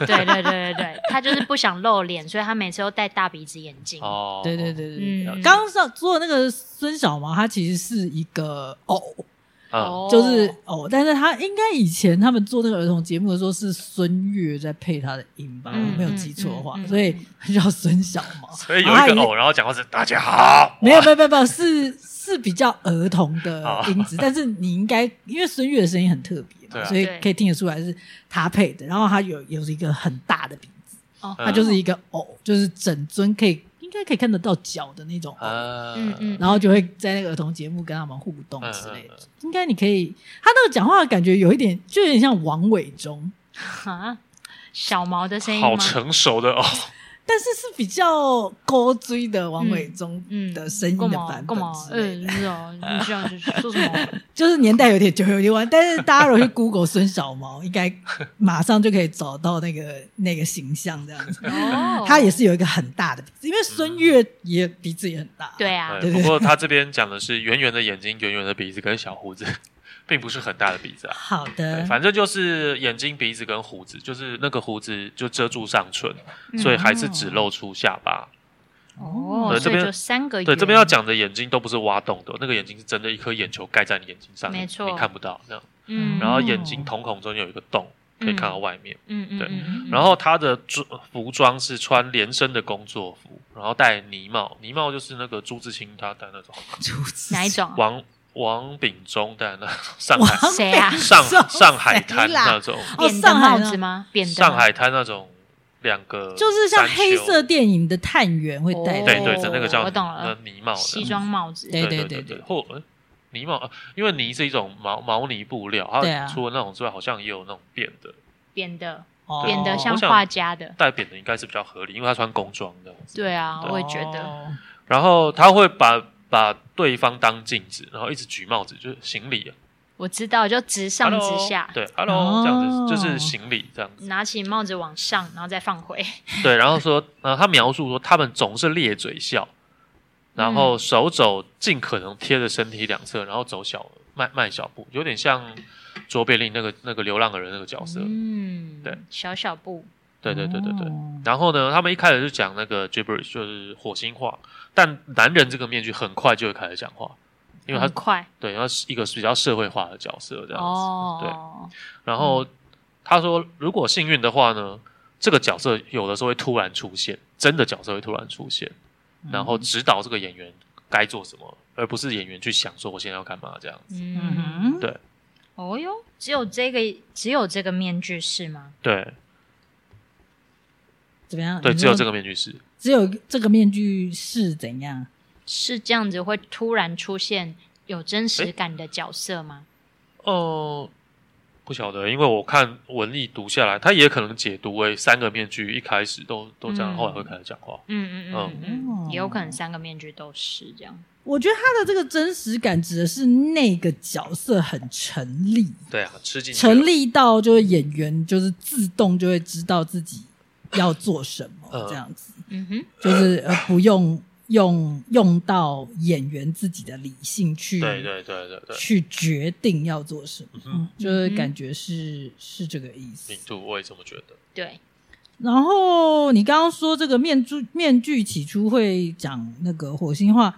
C: 对对对对对，他就是不想露脸，所以他每次都戴大鼻子眼镜。
B: 哦，
D: 对对对对对。
C: 嗯，
D: 刚刚上做那个孙小毛，他其实是一个偶，哦
B: 嗯，
C: 哦
D: 就是偶，但是他应该以前他们做那个儿童节目的时候是孙悦在配他的音吧，
C: 嗯
D: 我没有记错的话
C: 嗯嗯，嗯
D: 所以他叫孙小 毛。
B: 所以哎有
D: 然后
B: 一个哦
D: 他也
B: 偶，然后讲话是大家好，
D: 啊没有没有没有没有是是比较儿童的音质，但是你应该因为孙悦的声音很特别
B: 哦对
D: 嘛，
B: 啊
D: 所以可以听得出来是他配的。然后他有有一个很大的鼻子，
B: 嗯
C: 哦
D: 他就是一个偶，就是整尊可以应该可以看得到脚的那种哦偶，
B: 啊，
C: 嗯嗯，
D: 然后就会在那个儿童节目跟他们互动
B: 嗯
D: 之类
B: 嗯
D: 的
B: 嗯。
D: 应该你可以，他那个讲话的感觉有一点，就有点像王伟忠，
C: 啊，小毛的声音
B: 好
C: 吗？
B: 成熟的偶，哦
D: 但是是比较高追的王伟忠
C: 嗯，
D: 的声音
C: 干
D: 的
C: 嘛
D: 版
C: 干
D: 本
C: 嘛？
D: 之类的
C: 嗯，是哦，你这样就是说什 么？
D: 就是年代有点久有点晚，但是大家如果去 Google 孙小毛，应该马上就可以找到那个那个形象这样子。
C: 哦，
D: 他也是有一个很大的鼻子，因为孙悦也鼻子也很大。
C: 对啊，
B: 哎对，不过他这边讲的是圆圆的眼睛、圆圆的鼻子跟小胡子，并不是很大的鼻子啊。
D: 好
B: 对，
D: 的，
B: 反正就是眼睛、鼻子跟胡子，就是那个胡子就遮住上唇，所以还是只露出下巴。
C: 哦，
B: 对
C: 所
B: 这
C: 以
B: 边
C: 就三个圆，
B: 对，这边要讲的眼睛都不是挖洞的，那个眼睛是真的一颗眼球盖在你眼睛上，
C: 没
B: 你
C: 错
B: 你看不到这样。
C: 嗯，嗯，
B: 然后眼睛瞳孔中间有一个洞，可以看到外面。
C: 嗯嗯
B: 对
C: 嗯，
B: 然后他的装服装是穿连身的工作服，然后戴呢帽，呢帽就是那个朱自清他戴那种，
D: 竹子
C: 哪一种啊？
B: 王王炳忠戴那上
D: 王
B: 海
C: 谁啊
D: 北
B: 上
D: 宋
B: 上海滩
D: 谁啦
B: 那种，
D: 哦
C: 扁的
D: 上海
C: 帽
D: 呢
C: 子吗？扁的吗
B: 上海滩那种两个
D: 就是像黑色
B: 呃山丘
D: 电影的哦探员会戴
B: 对
D: 的。
B: 对对，那个叫
C: 我懂了
B: 那呢帽的
C: 西装帽子，
D: 对
B: 对
D: 对
B: 对
D: 对，
B: 或呃呢帽，呃因为呢是一种毛毛呢布料，
D: 对
B: 它
D: 啊
B: 除了那种之外，好像也有那种扁的，
C: 扁的，
D: 哦
C: 扁的像
B: 我想
C: 画家的。
B: 带扁的应该是比较合理，因为他穿工装这样子。
C: 对啊，我也觉得，
D: 哦
B: 然后他会把把对方当镜子，然后一直举帽子，就是行礼
C: 我知道，就直上直下
B: hello，，对，hello 这样
D: 哦
B: 子就是行礼这样子。
C: 拿起帽子往上，然后再放回。
B: 对，然后说，呃，他描述说他们总是咧嘴笑， 然
C: 嗯
B: 后手肘尽可能贴着身体两侧，然后走小迈迈小步，有点像卓别林那个那个流浪的人那个角色。
C: 嗯，
B: 对，
C: 小小步，
B: 对对对对对。
D: 哦
B: 然后呢，他们一开始就讲那个 gibberish，就是火星话，但男人这个面具很快就会开始讲话，因为他
C: 很快
B: 对，他是一个比较社会化的角色这样子。
C: 嗯哦。
B: 然后他说，如果幸运的话呢，这个角色有的时候会突然出现，真的角色会突然出现，然
D: 嗯
B: 后指导这个演员该做什么，而不是演员去想说我现在要干嘛这样子。
C: 嗯，
D: 嗯哼，
B: 对
C: 哦哟，只有这个，只有这个面具是吗？
B: 对
D: 怎么样？
B: 对，
D: 嗯你
B: 只有
D: 说
B: 这个面具是，
D: 只有这个面具是怎样？
C: 是这样子会突然出现有真实感的角色吗？
B: 哦、不晓得，因为我看文艺读下来，他也可能解读为三个面具一开始都都这样，
C: 嗯
B: 后来会开始讲话。
C: 嗯嗯嗯嗯，
D: 哦
C: 也有可能三个面具都是这样。
D: 我觉得他的这个真实感指的是那个角色很成立，
B: 对啊，吃进去了
D: 成，立到就是演员就是自动就会知道自己要做什么
B: 嗯
D: 这样子，
C: 嗯哼，
D: 就是呃不用用用到演员自己的理性去
B: 对对对对对，
D: 去决定要做什么，
B: 嗯
D: 就是感觉是、是这个意思
B: 零。度我也这么觉得，
C: 对，
D: 然后你刚刚说这个面具面具起初会讲那个火星话，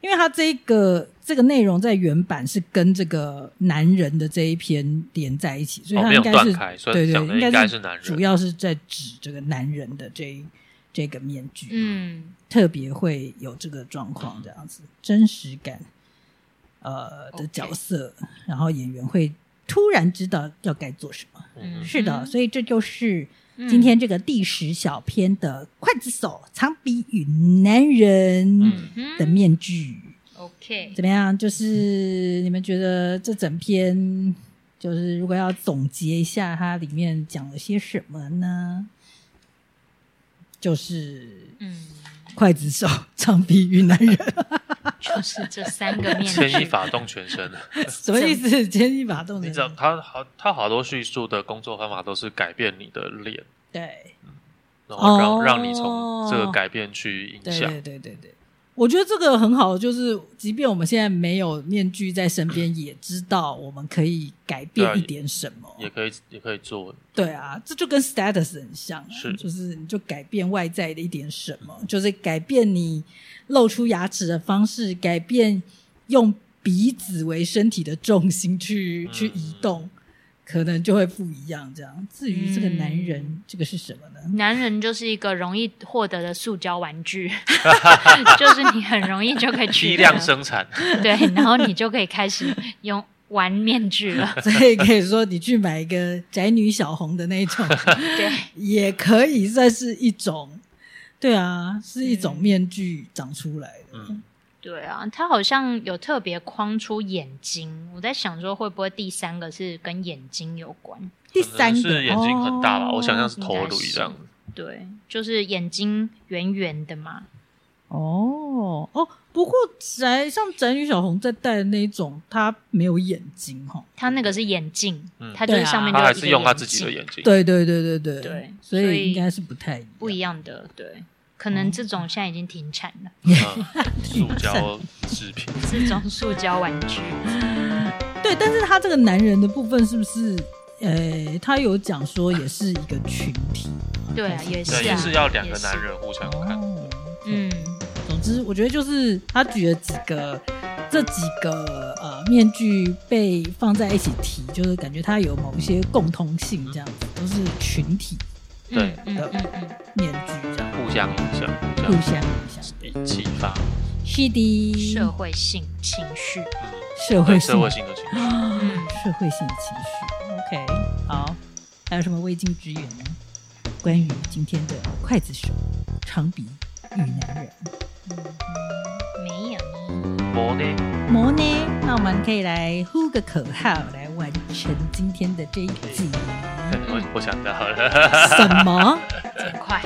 D: 因为它这个这个内容在原版是跟这个男人的这一篇连在一起，所以
B: 哦
D: 它
B: 没
D: 应
B: 有
D: 该
B: 断
D: 是、
B: 开所以
D: 对对，
B: 讲的应该
D: 该
B: 是男人
D: 主要是在指这个男人的这一这个面具，，
C: 嗯，
D: 特别会有这个状况，这样子真实感，呃的
C: OK
D: 角色然后演员会突然知道要该做什么。
B: 嗯
C: 嗯
D: 是的，
C: 嗯
D: 所以这就是
C: 嗯
D: 今天这个第十小篇的刽子手、长鼻与男人
B: 嗯
D: 的
C: 嗯
D: 面具。
C: ，OK，
D: 怎么样？就是你们觉得这整篇，就是如果要总结一下，它里面讲了些什么呢？就是
C: 嗯，
D: 刽子手、 长臂与男 人，
C: 就是这三个面具，
B: 牵一发动全身。啊
D: 什么意思？牵一发动
B: 你知道
D: 的，
B: 他好，他好多叙述的工作方法都是改变你的脸，
D: 对
B: 然后让、
D: 哦
B: 让你从这个改变去影
D: 对
B: 响。
D: 对对对对。我觉得这个很好，就是即便我们现在没有面具在身边，也知道我们可以改
B: 对啊
D: 变一点什么。
B: 也可以，也可以做，
D: 对啊，这就跟 status 很像啊、
B: 是
D: 就是你就改变外在的一点什么，就是改变你露出牙齿的方式，改变用鼻子为身体的重心去、
B: 嗯
D: 去移动，可能就会不一样。这样，至于这个男人，
C: 嗯
D: 这个是什么呢？
C: 男人就是一个容易获得的塑胶玩 具， 就是你很容易就可以取
B: 批
C: 得
B: 量生产，
C: 对，然后你就可以开始用玩面具 了。
D: 所以可以说，你去买一个宅女小红的那一 种，
C: 对，
D: 也可以算是一种，对啊，是一种
C: 嗯
D: 面具长出来的。
B: 嗯，
C: 对啊，他好像有特别框出眼睛，我在想说会不会第三个是跟眼睛有关？
D: 第三个
B: 可能是眼睛很大吧，
D: 哦
B: 我想象是头颅
C: 应该是
B: 这样子，
C: 对，就是眼睛圆圆的嘛。
D: 哦哦，不过宅像宅女小红在戴的那一种，她没有眼睛哈。
C: 他那个是眼镜
B: 嗯，
C: 他就是
D: 对啊
C: 上面就
B: 他
C: 有
B: 还
C: 一
B: 是
C: 个
B: 用他
C: 眼
B: 自己的
C: 镜
B: 眼睛，
D: 对对对对对
C: 对
D: 所
C: 所
D: 以
C: 以
D: 应该是不太一样
C: 不一样的，对，可能这种现在已经停产了，
B: 嗯，塑胶制品，
C: 这种塑胶玩 具。
D: 对，但是他这个男人的部分是不是？呃，他有讲说也是一个群体。
C: 对啊，也是
B: 对，也
C: 啊，
B: 是要两个
C: 也是
B: 男人互相看，
D: 哦，嗯，
C: 嗯
D: 总之我觉得就是他举了几个这几个呃面具被放在一起提，就是感觉他有某一些共通性，这样子都是群体
B: 对
C: 嗯嗯嗯嗯，
D: 面具这样。
B: 互相影响，
D: 互
B: 互
D: 相影响。
B: 相启发，
D: 是的，
C: 社会性情绪，
D: 社会
B: 对
D: 性
B: 社会性的情绪。
C: 嗯，
D: 社会性情绪。OK，好，还有什么未尽之缘呢？关于今天的刽子手、长鼻与男人，
C: 嗯没有呢，
B: 摩呢，
D: 魔呢？那我们可以来呼个口号来完成今天的这一集。
B: 我我想到了，
D: 什么？
C: 真快。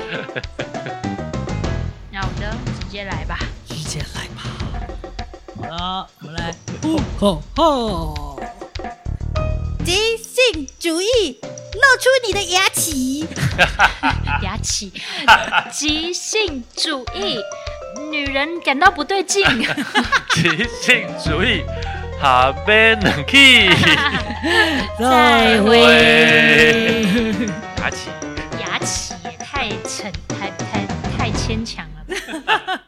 C: 那我的直接来吧，
D: 直接来吧。好了，我们来呼口号。
A: 即兴主义，露出你的牙齿。
C: 牙起，即性主义，女人感到不对劲，
B: 即兴主义，下边能去，
C: 再
B: 会拿起。
C: 牙起也太沉，太太太牵强了吧。